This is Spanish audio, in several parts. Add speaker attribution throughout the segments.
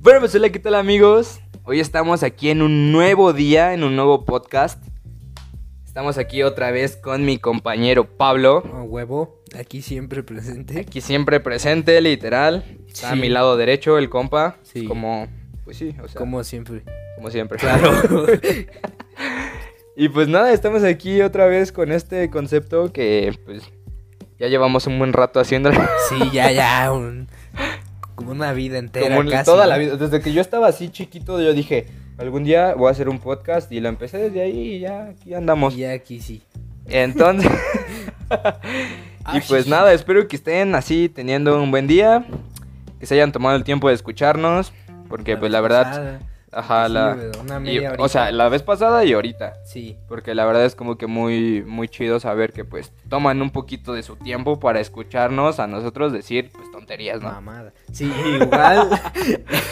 Speaker 1: Bueno, pues hola, ¿qué tal amigos? Hoy estamos aquí en un nuevo día, en un nuevo podcast. Estamos aquí otra vez con mi compañero Pablo,
Speaker 2: A huevo, aquí siempre presente.
Speaker 1: aquí siempre presente, literal. Está a
Speaker 2: Sí.
Speaker 1: mi lado derecho el compa,
Speaker 2: Sí.
Speaker 1: como... Pues sí, o sea, como,
Speaker 2: Como siempre.
Speaker 1: siempre.
Speaker 2: Claro.
Speaker 1: Y pues nada, estamos aquí otra vez con este concepto que pues ya llevamos un buen rato haciendo
Speaker 2: sí, ya, ya. un- como una vida entera.
Speaker 1: como en
Speaker 2: casi,
Speaker 1: toda
Speaker 2: ¿no?
Speaker 1: la vida. Desde que yo estaba así chiquito, yo dije, algún día voy a hacer un podcast y lo empecé desde ahí y ya aquí andamos.
Speaker 2: Y ya aquí sí.
Speaker 1: Entonces, y
Speaker 2: Ay.
Speaker 1: pues nada, espero que estén así teniendo un buen día, que se hayan tomado el tiempo de escucharnos, porque
Speaker 2: La
Speaker 1: pues la
Speaker 2: vez
Speaker 1: verdad,
Speaker 2: pasada,
Speaker 1: ajá,
Speaker 2: sí,
Speaker 1: la,
Speaker 2: güey, una
Speaker 1: y-
Speaker 2: media
Speaker 1: o sea,
Speaker 2: horita.
Speaker 1: la vez pasada y ahorita.
Speaker 2: Sí,
Speaker 1: Porque la verdad es como que muy, muy chido saber que pues toman un poquito de su tiempo para escucharnos a nosotros decir pues tonterías, ¿no?
Speaker 2: mamada. Sí, igual.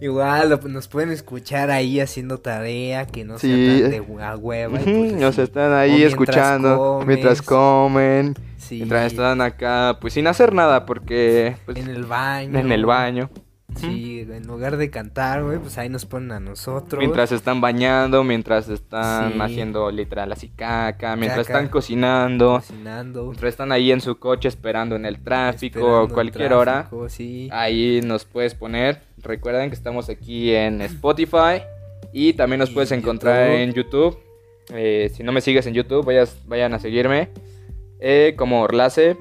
Speaker 2: igual lo- nos pueden escuchar ahí haciendo tarea, que no
Speaker 1: Sí.
Speaker 2: sea tan de hue- a hueva. y
Speaker 1: Ujú,
Speaker 2: pues
Speaker 1: Nos
Speaker 2: así.
Speaker 1: están
Speaker 2: O
Speaker 1: ahí
Speaker 2: mientras
Speaker 1: escuchando
Speaker 2: comes.
Speaker 1: mientras comen,
Speaker 2: Sí,
Speaker 1: mientras están acá pues sin hacer nada porque pues,
Speaker 2: en el baño.
Speaker 1: en el baño.
Speaker 2: Sí, en lugar de cantar, güey, pues ahí nos ponen a nosotros.
Speaker 1: Mientras están bañando, mientras están
Speaker 2: Sí.
Speaker 1: haciendo literal así caca, mientras
Speaker 2: Caca.
Speaker 1: están cocinando,
Speaker 2: cocinando.
Speaker 1: mientras están ahí en su coche esperando en el tráfico
Speaker 2: esperando
Speaker 1: o
Speaker 2: el
Speaker 1: cualquier hora. Ah,
Speaker 2: tráfico, Sí.
Speaker 1: Ahí nos puedes poner. Recuerden que estamos aquí en Spotify y también nos
Speaker 2: Y
Speaker 1: puedes
Speaker 2: en
Speaker 1: encontrar
Speaker 2: YouTube.
Speaker 1: en YouTube. Eh, si no me sigues en YouTube, vayas, vayan a seguirme eh, como Orlace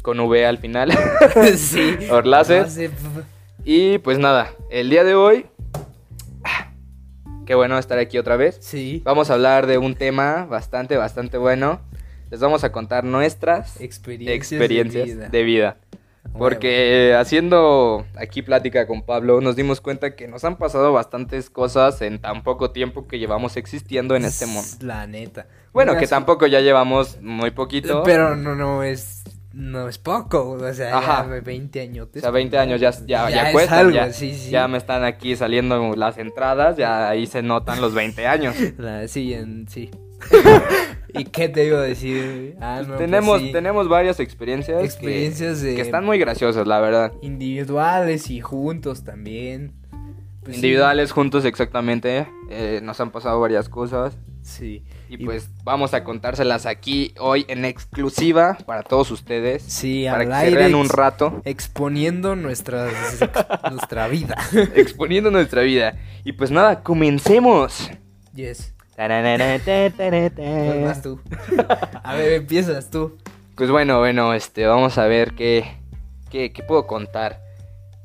Speaker 1: con V al final.
Speaker 2: sí.
Speaker 1: Orlace.
Speaker 2: Orlace, p-
Speaker 1: y pues nada, el día de hoy, ah, qué bueno estar aquí otra vez.
Speaker 2: Sí.
Speaker 1: Vamos a hablar de un tema bastante, bastante bueno. Les vamos a contar nuestras
Speaker 2: Experiencias,
Speaker 1: experiencias
Speaker 2: de vida.
Speaker 1: de vida. Porque haciendo aquí plática con Pablo, nos dimos cuenta que nos han pasado bastantes cosas en tan poco tiempo que llevamos existiendo en este mundo.
Speaker 2: La neta.
Speaker 1: Bueno,
Speaker 2: Una
Speaker 1: que
Speaker 2: so-
Speaker 1: tampoco ya llevamos muy poquito.
Speaker 2: Pero no, no es. No es poco, o sea,
Speaker 1: Ajá.
Speaker 2: ya 20 años.
Speaker 1: o sea, 20 años ya, ya, ya,
Speaker 2: es
Speaker 1: cuestan,
Speaker 2: algo,
Speaker 1: ya,
Speaker 2: sí, sí.
Speaker 1: ya me están aquí saliendo las entradas, ya ahí se notan los 20 años.
Speaker 2: La- sí, en- sí. ¿Y qué te iba a decir? güey? Ah, no, pues
Speaker 1: tenemos,
Speaker 2: sí.
Speaker 1: tenemos varias experiencias, que-
Speaker 2: Experiencias
Speaker 1: que,
Speaker 2: de-
Speaker 1: están muy graciosas, la verdad.
Speaker 2: individuales y juntos también. Pues, sí.
Speaker 1: Individuales, juntos, exactamente. eh, nos han pasado varias cosas.
Speaker 2: Sí.
Speaker 1: Y pues vamos a contárselas aquí hoy en exclusiva para todos ustedes.
Speaker 2: Sí,
Speaker 1: para
Speaker 2: al
Speaker 1: que se
Speaker 2: aire
Speaker 1: vean un
Speaker 2: ex-
Speaker 1: rato
Speaker 2: Exponiendo nuestras, ex- nuestra vida.
Speaker 1: exponiendo nuestra vida. Y pues nada, comencemos.
Speaker 2: Yes.
Speaker 1: Tararara, ta, tarara, ta.
Speaker 2: Pues vas tú. A ver, empiezas tú.
Speaker 1: Pues bueno, bueno, este, vamos a ver qué, qué, qué puedo contar.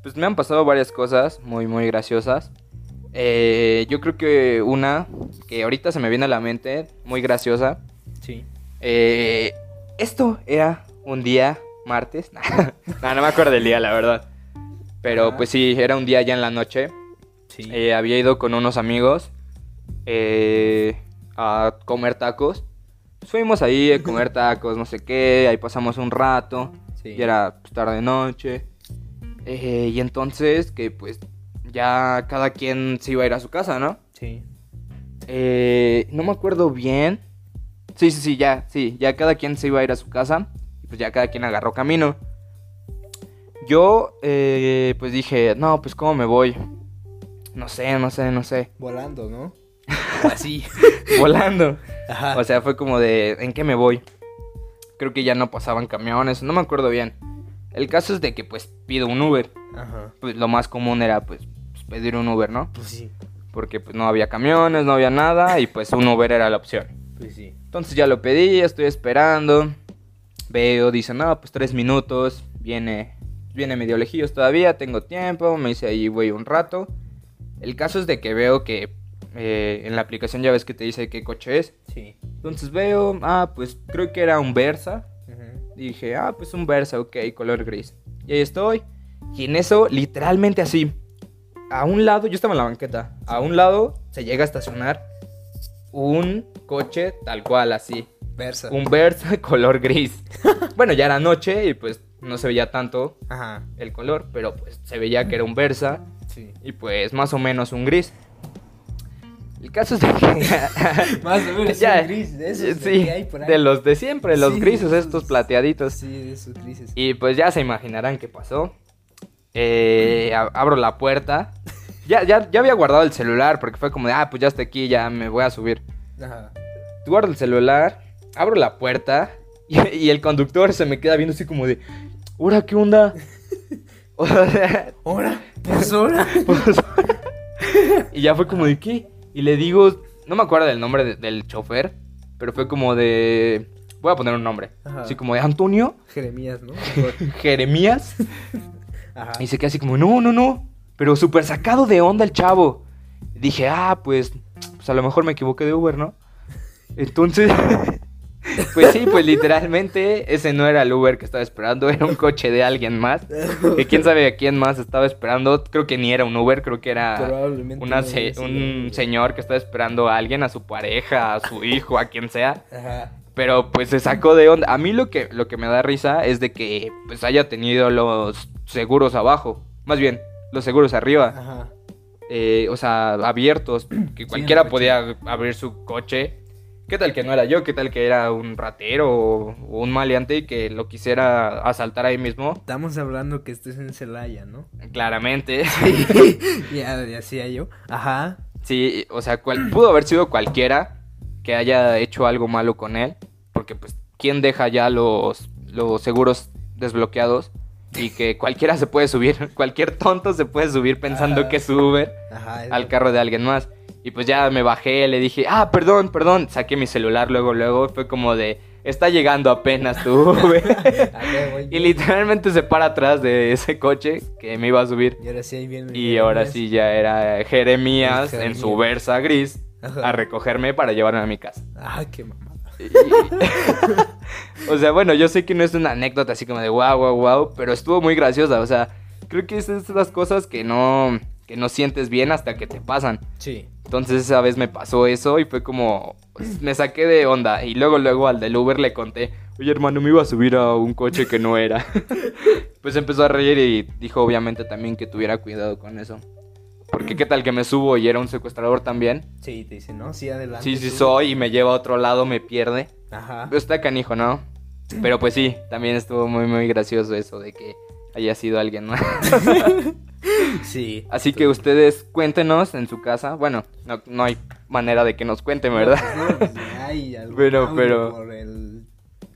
Speaker 1: Pues me han pasado varias cosas muy, muy graciosas. Eh, yo creo que una que ahorita se me viene a la mente, muy graciosa.
Speaker 2: Sí.
Speaker 1: Eh, esto era un día martes. no, no me acuerdo del día, la verdad. Pero
Speaker 2: Ajá.
Speaker 1: pues sí, era un día ya en la noche.
Speaker 2: Sí.
Speaker 1: Eh, había ido con unos amigos eh, a comer tacos. Pues, fuimos ahí a comer tacos, no sé qué. Ahí pasamos un rato.
Speaker 2: sí.
Speaker 1: Y era pues, tarde noche. Eh, y entonces que pues ya cada quien se iba a ir a su casa, ¿no?
Speaker 2: Sí.
Speaker 1: Eh, no me acuerdo bien. Sí, sí, sí, ya, sí, ya cada quien se iba a ir a su casa. Y pues ya cada quien agarró camino. Yo, eh, pues dije, no, pues cómo me voy. No sé, no sé, no sé.
Speaker 2: Volando, ¿no? Así.
Speaker 1: Volando.
Speaker 2: Ajá.
Speaker 1: O sea, fue como de, ¿en qué me voy? Creo que ya no pasaban camiones, no me acuerdo bien. El caso es de que pues pido un Uber.
Speaker 2: Ajá.
Speaker 1: Pues lo más común era pues pedir un Uber, ¿no?
Speaker 2: Pues sí.
Speaker 1: Porque pues no había camiones, no había nada y pues un Uber era la opción.
Speaker 2: Pues sí.
Speaker 1: Entonces ya lo pedí, estoy esperando. Veo, dice, no, pues tres minutos. Viene, viene medio lejillos todavía, tengo tiempo. Me dice, ahí voy un rato. El caso es de que veo que eh, en la aplicación ya ves que te dice qué coche es.
Speaker 2: Sí.
Speaker 1: Entonces veo, ah, pues creo que era un Versa.
Speaker 2: Ujú.
Speaker 1: Dije, ah, pues un Versa, ok, color gris. Y ahí estoy. Y en eso, literalmente así. A un lado, yo estaba en la banqueta. A un lado se llega a estacionar un coche tal cual, así.
Speaker 2: Versa.
Speaker 1: Un Versa color gris. Bueno, ya era noche y pues no se veía tanto
Speaker 2: Ajá.
Speaker 1: el color, pero pues se veía que era un Versa
Speaker 2: Sí.
Speaker 1: y pues más o menos un gris. El caso es de que...
Speaker 2: Más o menos
Speaker 1: Ya,
Speaker 2: un gris de esos de
Speaker 1: sí,
Speaker 2: que hay por ahí.
Speaker 1: de los de siempre, los
Speaker 2: Sí,
Speaker 1: grises,
Speaker 2: de
Speaker 1: estos
Speaker 2: esos.
Speaker 1: plateaditos.
Speaker 2: Sí, de esos grises.
Speaker 1: Y pues ya se imaginarán qué pasó. eh, a- abro la puerta. Ya, ya, ya había guardado el celular porque fue como de, ah, pues ya está aquí, ya me voy a subir.
Speaker 2: Ajá.
Speaker 1: Guardo el celular, abro la puerta y, y el conductor se me queda viendo así como de, ¿ahora qué onda? O sea,
Speaker 2: ¿Hora? Pues hora.
Speaker 1: pues, y ya fue como de, ¿qué? Y le digo, no me acuerdo del nombre de- del chofer, pero fue como de, voy a poner un nombre.
Speaker 2: Ajá.
Speaker 1: Así como de, Antonio,
Speaker 2: Jeremías, ¿no? Mejor.
Speaker 1: Jeremías.
Speaker 2: Ajá.
Speaker 1: Y se queda así como, no, no, no. Pero súper sacado de onda el chavo. Dije, ah, pues, pues a lo mejor me equivoqué de Uber, ¿no? Entonces, pues sí, pues literalmente ese no era el Uber que estaba esperando, era un coche de alguien más. Que quién sabe a quién más estaba esperando. Creo que ni era un Uber, creo que era
Speaker 2: Probablemente.
Speaker 1: una
Speaker 2: no
Speaker 1: se-
Speaker 2: haya sido
Speaker 1: un
Speaker 2: el-
Speaker 1: señor que estaba esperando a alguien, a su pareja, a su hijo, a quien sea.
Speaker 2: Ajá.
Speaker 1: Pero pues se sacó de onda. A mí lo que, lo que me da risa es de que pues haya tenido los seguros abajo. Más bien, los seguros arriba.
Speaker 2: Ajá.
Speaker 1: Eh, o sea, abiertos. Que
Speaker 2: el
Speaker 1: cualquiera
Speaker 2: coche.
Speaker 1: podía abrir su coche. ¿Qué tal que no era yo? ¿Qué tal que era un ratero o, o un maleante y que lo quisiera asaltar ahí mismo?
Speaker 2: Estamos hablando que estés en Celaya, ¿no?
Speaker 1: Claramente.
Speaker 2: ya, ya hacía yo. Ajá.
Speaker 1: Sí, o sea, cual- pudo haber sido cualquiera que haya hecho algo malo con él, porque pues, ¿quién deja ya los, los seguros desbloqueados? Y que cualquiera se puede subir, cualquier tonto se puede subir pensando
Speaker 2: Ah.
Speaker 1: que es Uber
Speaker 2: Ajá. es-
Speaker 1: al carro de alguien más. Y pues ya me bajé, le dije, ah, perdón, perdón, saqué mi celular luego, luego, fue como de, está llegando apenas tu Uber.
Speaker 2: A ver, güey.
Speaker 1: y literalmente se para atrás de ese coche que me iba a subir.
Speaker 2: Y ahora sí ahí viene.
Speaker 1: Y ahora
Speaker 2: Jeremías.
Speaker 1: sí ya era Jeremías en su
Speaker 2: Jeremías.
Speaker 1: Versa gris
Speaker 2: Ajá.
Speaker 1: a recogerme para llevarme a mi casa.
Speaker 2: Ah, qué mamada.
Speaker 1: Y- o sea, bueno, yo sé que no es una anécdota así como de wow, wow, wow, pero estuvo muy graciosa. O sea, creo que es de esas cosas que no, que no sientes bien hasta que te pasan.
Speaker 2: Sí.
Speaker 1: Entonces esa vez me pasó eso y fue como, pues, me saqué de onda. Y luego, luego al del Uber le conté, oye hermano, me iba a subir a un coche que no era. pues empezó a reír y dijo obviamente también que tuviera cuidado con eso. Porque qué tal que me subo y era un secuestrador también.
Speaker 2: Sí, te dice, ¿no? Sí, adelante.
Speaker 1: Sí, sí
Speaker 2: tú.
Speaker 1: soy y me lleva a otro lado, me pierde.
Speaker 2: Ajá.
Speaker 1: Pero está canijo, ¿no? Pero pues sí, también estuvo muy, muy gracioso eso de que haya sido alguien más.
Speaker 2: Sí.
Speaker 1: Así que ustedes cuéntenos en su casa. Bueno, no, no hay manera de que nos cuenten, ¿verdad?
Speaker 2: No, pues, no, pues, ay, algún
Speaker 1: Pero,
Speaker 2: audio
Speaker 1: pero-
Speaker 2: Por el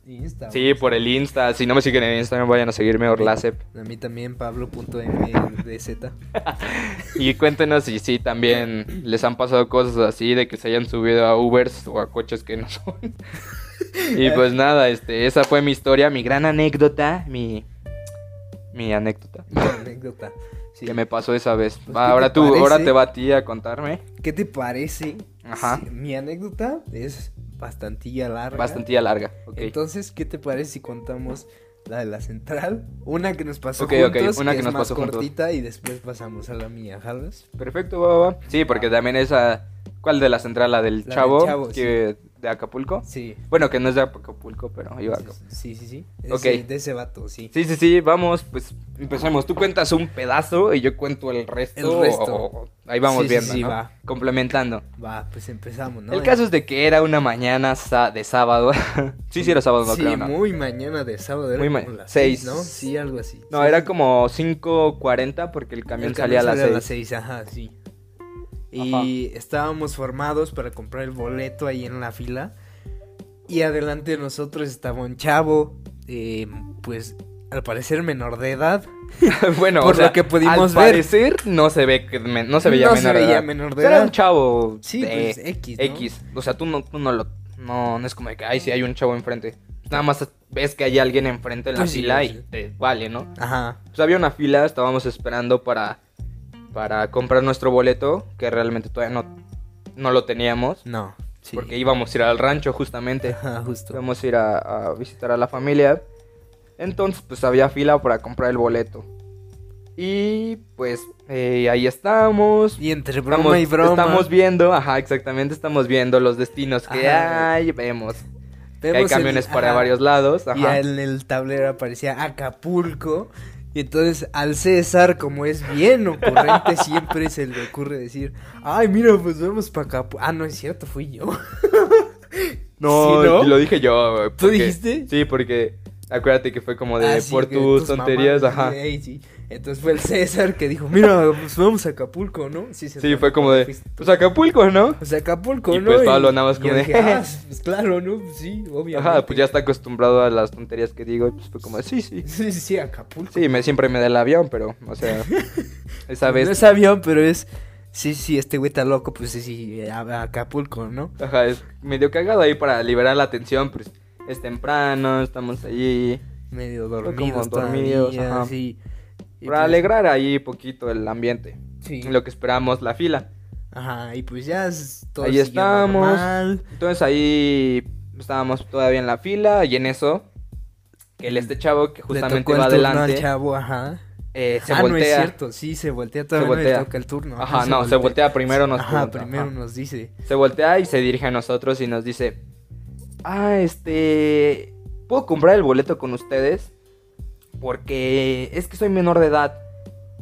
Speaker 2: Insta.
Speaker 1: Sí, por el Insta. Si no me siguen en Instagram, vayan a seguirme Orlacep.
Speaker 2: A mí también, Pablo.mdz.
Speaker 1: Y cuéntenos si sí también les han pasado cosas así de que se hayan subido a Ubers o a coches que no son. Y pues nada, este, esa fue mi historia, mi gran anécdota, mi mi anécdota
Speaker 2: anécdota. Sí.
Speaker 1: que me pasó esa vez.
Speaker 2: Pues,
Speaker 1: Va,
Speaker 2: ¿qué te
Speaker 1: ahora tú, ahora
Speaker 2: parece?
Speaker 1: te va a ti a contarme.
Speaker 2: ¿Qué te parece?
Speaker 1: Ajá.
Speaker 2: Sí, mi anécdota es bastantilla larga.
Speaker 1: Bastantilla larga. ok.
Speaker 2: Entonces, ¿qué te parece si contamos la de la central? Una que nos pasó
Speaker 1: Ok, ok,
Speaker 2: juntos,
Speaker 1: una
Speaker 2: que,
Speaker 1: que
Speaker 2: es
Speaker 1: nos
Speaker 2: más
Speaker 1: pasó juntos.
Speaker 2: cortita y después pasamos a la mía, ¿jalas?
Speaker 1: Perfecto, va, va. Sí, porque también esa ¿cuál de la central la del
Speaker 2: Ah. La del
Speaker 1: chavo,
Speaker 2: Chavo,
Speaker 1: que de Acapulco?
Speaker 2: Sí.
Speaker 1: Bueno, que no es de Acapulco, pero iba a Acapulco.
Speaker 2: Sí, sí, sí.
Speaker 1: Ok.
Speaker 2: Ese- de ese vato, sí.
Speaker 1: Sí, sí, sí, vamos, pues empecemos. Tú cuentas un pedazo y yo cuento el resto.
Speaker 2: El resto.
Speaker 1: o- ahí vamos
Speaker 2: Sí, sí,
Speaker 1: viendo,
Speaker 2: sí,
Speaker 1: ¿no?
Speaker 2: va.
Speaker 1: Complementando.
Speaker 2: Va, pues empezamos, ¿no?
Speaker 1: el caso es de que era una mañana sa- de sábado. sí, sí, era sábado, no
Speaker 2: Sí,
Speaker 1: creo, ¿no?
Speaker 2: muy mañana de sábado. Era
Speaker 1: Muy ma-
Speaker 2: como las
Speaker 1: seis.
Speaker 2: seis, ¿no? Sí, algo así.
Speaker 1: No, era como 5.40 porque el camión,
Speaker 2: El
Speaker 1: salía a las 6.
Speaker 2: a las seis, ajá, sí. Y estábamos formados para comprar el boleto ahí en la fila. Y adelante de nosotros estaba un chavo, eh, pues al parecer menor de edad.
Speaker 1: bueno,
Speaker 2: Por
Speaker 1: o sea,
Speaker 2: lo que
Speaker 1: al
Speaker 2: pudimos ver.
Speaker 1: parecer no se ve que me- no se veía
Speaker 2: No se
Speaker 1: menor de
Speaker 2: veía
Speaker 1: edad.
Speaker 2: menor de
Speaker 1: Pero Era
Speaker 2: edad.
Speaker 1: un chavo
Speaker 2: Sí,
Speaker 1: de
Speaker 2: pues X. ¿no?
Speaker 1: X. O sea, tú no, tú no lo no, no es como de que ay, si hay un chavo enfrente. Nada más ves que hay alguien enfrente en la
Speaker 2: Pues sí,
Speaker 1: fila y
Speaker 2: sí.
Speaker 1: te vale, ¿no?
Speaker 2: Ajá.
Speaker 1: Pues había una fila, estábamos esperando para para comprar nuestro boleto, que realmente todavía no no lo teníamos,
Speaker 2: No. Sí.
Speaker 1: porque íbamos a ir al rancho justamente.
Speaker 2: Ajá, justo.
Speaker 1: Íbamos a ir a, a visitar a la familia. Entonces, pues había fila para comprar el boleto. Y pues eh, ahí estamos.
Speaker 2: Y entre broma
Speaker 1: Estamos,
Speaker 2: y broma.
Speaker 1: estamos viendo, ajá, exactamente, estamos viendo los destinos que
Speaker 2: Ajá.
Speaker 1: hay, vemos, que hay
Speaker 2: vemos el-
Speaker 1: camiones para
Speaker 2: ajá,
Speaker 1: varios lados,
Speaker 2: Y
Speaker 1: ajá.
Speaker 2: en el tablero aparecía Acapulco. Y entonces al César, como es bien ocurrente, siempre se le ocurre decir, ay, mira, pues vamos para Acapulco. Ah, no es cierto, fui yo.
Speaker 1: No,
Speaker 2: ¿Sí, no?
Speaker 1: lo dije yo. güey,
Speaker 2: ¿Tú
Speaker 1: porque-
Speaker 2: dijiste?
Speaker 1: Sí, porque acuérdate que fue como de
Speaker 2: Ah, sí,
Speaker 1: por
Speaker 2: que
Speaker 1: tus tonterías,
Speaker 2: mamadas,
Speaker 1: ajá.
Speaker 2: güey, sí. Entonces fue el César que dijo, mira, pues vamos a Acapulco, ¿no? Sí, César,
Speaker 1: Sí, fue como
Speaker 2: ¿dónde
Speaker 1: de.
Speaker 2: fuiste tú?
Speaker 1: Pues Acapulco, ¿no?
Speaker 2: Pues a Acapulco,
Speaker 1: Y
Speaker 2: ¿no?
Speaker 1: pues Pablo nada más
Speaker 2: y
Speaker 1: como
Speaker 2: yo
Speaker 1: de,
Speaker 2: dije, "Ah, pues claro, ¿no? Pues Sí, obviamente.
Speaker 1: Ajá, pues ya está acostumbrado a las tonterías que digo. Y pues fue como de, sí, sí.
Speaker 2: Sí, sí, sí, Acapulco.
Speaker 1: Sí, me, siempre me da el avión, pero, o sea, esa
Speaker 2: No
Speaker 1: vez.
Speaker 2: es avión, pero es. Sí, sí, este güey está loco, pues sí, sí, a a Acapulco, ¿no?
Speaker 1: Ajá, es medio cagado ahí para liberar la tensión, pues es temprano, estamos allí.
Speaker 2: Medio
Speaker 1: Pues como
Speaker 2: dormidos,
Speaker 1: dormidos,
Speaker 2: todavía,
Speaker 1: ajá.
Speaker 2: sí. Y
Speaker 1: Para
Speaker 2: pues,
Speaker 1: alegrar ahí poquito el ambiente.
Speaker 2: Sí.
Speaker 1: Lo que esperamos, la fila.
Speaker 2: Ajá, y pues ya es- todo
Speaker 1: Ahí
Speaker 2: siguió
Speaker 1: estamos.
Speaker 2: normal.
Speaker 1: Entonces ahí estábamos todavía en la fila y en eso, que el este chavo que
Speaker 2: Mm. Le
Speaker 1: justamente
Speaker 2: tocó el
Speaker 1: va
Speaker 2: turno
Speaker 1: adelante,
Speaker 2: al chavo, ajá.
Speaker 1: eh, se
Speaker 2: ah, no es
Speaker 1: voltea.
Speaker 2: cierto, sí, se voltea todavía,
Speaker 1: Se
Speaker 2: no le
Speaker 1: voltea.
Speaker 2: toca el turno.
Speaker 1: Ajá, no, se voltea primero, nos
Speaker 2: Ajá,
Speaker 1: pregunta,
Speaker 2: primero
Speaker 1: ajá.
Speaker 2: nos dice.
Speaker 1: Se voltea y se dirige a nosotros y nos dice, ah, este, ¿puedo comprar el boleto con ustedes? Porque es que soy menor de edad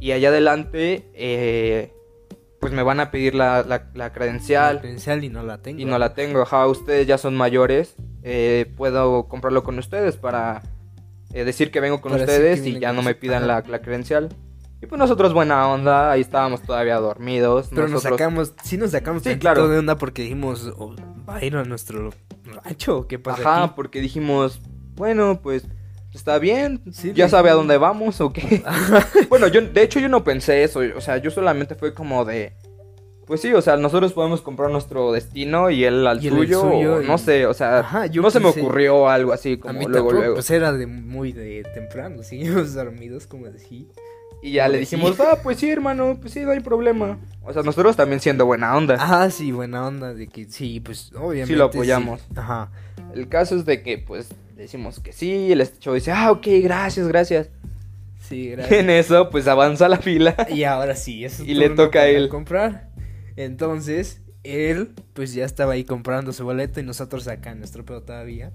Speaker 1: y allá adelante, eh, pues me van a pedir la, la- la
Speaker 2: La
Speaker 1: credencial
Speaker 2: credencial y no la tengo.
Speaker 1: y no la tengo. Ajá, ustedes ya son mayores, eh, puedo comprarlo con ustedes para eh, decir que vengo con
Speaker 2: Para decir
Speaker 1: ustedes
Speaker 2: que
Speaker 1: y
Speaker 2: vienen
Speaker 1: ya
Speaker 2: con
Speaker 1: no me
Speaker 2: usted-
Speaker 1: pidan
Speaker 2: ajá.
Speaker 1: la, la credencial. Y pues nosotros buena onda, ahí estábamos todavía dormidos.
Speaker 2: Pero nos
Speaker 1: nosotros-
Speaker 2: sacamos, sí nos sacamos
Speaker 1: Sí,
Speaker 2: sí,
Speaker 1: claro.
Speaker 2: de onda porque dijimos, "Oh, va a ir a nuestro rancho, ¿qué pasa
Speaker 1: Ajá,
Speaker 2: aquí?
Speaker 1: porque dijimos, bueno, pues está bien,
Speaker 2: Sí,
Speaker 1: ya
Speaker 2: de-
Speaker 1: sabe a dónde vamos o qué. bueno, yo de hecho yo no pensé eso, o sea, yo solamente fue como de pues sí, o sea, nosotros podemos comprar nuestro destino y él al
Speaker 2: Y él el
Speaker 1: suyo,
Speaker 2: suyo,
Speaker 1: o
Speaker 2: y-
Speaker 1: no sé, o sea,
Speaker 2: Ajá, yo
Speaker 1: no se me
Speaker 2: quise-
Speaker 1: ocurrió algo así
Speaker 2: A
Speaker 1: como
Speaker 2: mí
Speaker 1: luego
Speaker 2: tampoco,
Speaker 1: luego.
Speaker 2: pues era de muy de temprano, seguimos dormidos como de sí.
Speaker 1: y ya le
Speaker 2: sí.
Speaker 1: dijimos, "Ah, pues sí, hermano, pues sí, no hay problema." O sea, nosotros también siendo buena onda.
Speaker 2: Ajá, Ah, sí, buena onda de que sí, pues obviamente.
Speaker 1: apoyamos.
Speaker 2: Ajá.
Speaker 1: El caso es de que pues decimos que sí, el este chavo dice, "Ah, ok, gracias, gracias."
Speaker 2: Sí, gracias.
Speaker 1: En eso pues avanza la fila.
Speaker 2: y ahora sí, eso
Speaker 1: Y le toca a él.
Speaker 2: comprar. Entonces, él pues ya estaba ahí comprando su boleto y nosotros acá en nuestro pedo todavía.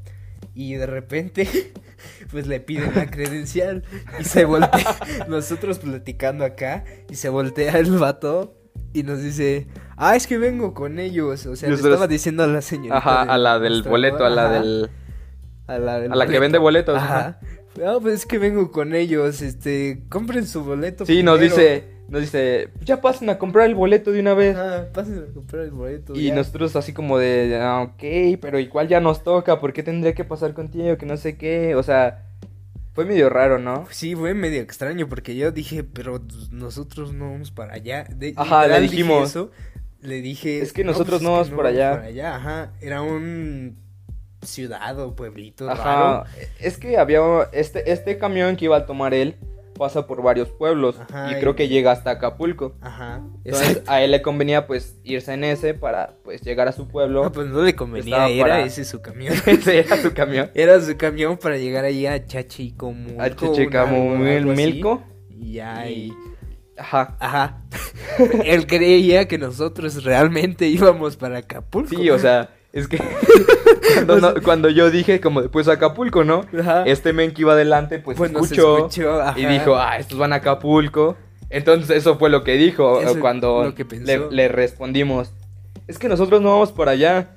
Speaker 2: Y de repente, pues le piden la credencial y se voltea. nosotros platicando acá y se voltea el vato y nos dice, ah, es que vengo con ellos. O sea,
Speaker 1: Nosotros-
Speaker 2: le estaba diciendo a la señora.
Speaker 1: Ajá, a la del boleto, a la del...
Speaker 2: A la, del
Speaker 1: A la que
Speaker 2: boleto.
Speaker 1: vende boletos.
Speaker 2: Ajá. Ah, pues es que vengo con ellos, este, compren su boleto.
Speaker 1: Sí, nos
Speaker 2: primero.
Speaker 1: dice, nos dice, ya pasen a comprar el boleto de una vez.
Speaker 2: Ajá, pasen a comprar el boleto.
Speaker 1: Y
Speaker 2: ya.
Speaker 1: nosotros así como de, "Ah, ok, pero igual ya nos toca, ¿por qué tendría que pasar contigo? Que no sé qué, o sea, fue medio raro, ¿no?
Speaker 2: Sí, fue medio extraño porque yo dije, pero nosotros no vamos para allá. De-
Speaker 1: Ajá,
Speaker 2: literal
Speaker 1: le
Speaker 2: dije
Speaker 1: dijimos.
Speaker 2: eso, le dije. pues
Speaker 1: Es que nosotros no vamos para allá".
Speaker 2: allá, ajá. Era un ciudad o pueblito
Speaker 1: Ajá,
Speaker 2: raro.
Speaker 1: es que había, este, este camión que iba a tomar él pasa por varios pueblos
Speaker 2: Ajá,
Speaker 1: y
Speaker 2: y-
Speaker 1: creo que llega hasta Acapulco.
Speaker 2: Ajá.
Speaker 1: Entonces
Speaker 2: Exacto.
Speaker 1: a él le convenía pues irse en ese para pues llegar a su pueblo.
Speaker 2: No, pues no le
Speaker 1: Estaba
Speaker 2: convenía, era
Speaker 1: para-
Speaker 2: ese su camión.
Speaker 1: Ese era su camión.
Speaker 2: Era su camión para llegar allí a Chachicomulco.
Speaker 1: A Chichicamulco.
Speaker 2: Y ya,
Speaker 1: Y-
Speaker 2: y-
Speaker 1: Ajá.
Speaker 2: Ajá. Él creía que nosotros realmente íbamos para Acapulco.
Speaker 1: Sí, o sea, es que cuando, no- cuando yo dije como de, pues Acapulco, ¿no?
Speaker 2: Ajá.
Speaker 1: Este men que iba adelante pues,
Speaker 2: Pues nos
Speaker 1: escuchó,
Speaker 2: escuchó, ajá.
Speaker 1: y dijo, ah, estos van a Acapulco. Entonces eso fue lo que dijo
Speaker 2: Eso
Speaker 1: eh, cuando
Speaker 2: lo que pensó.
Speaker 1: le, le respondimos, es que nosotros no vamos para allá.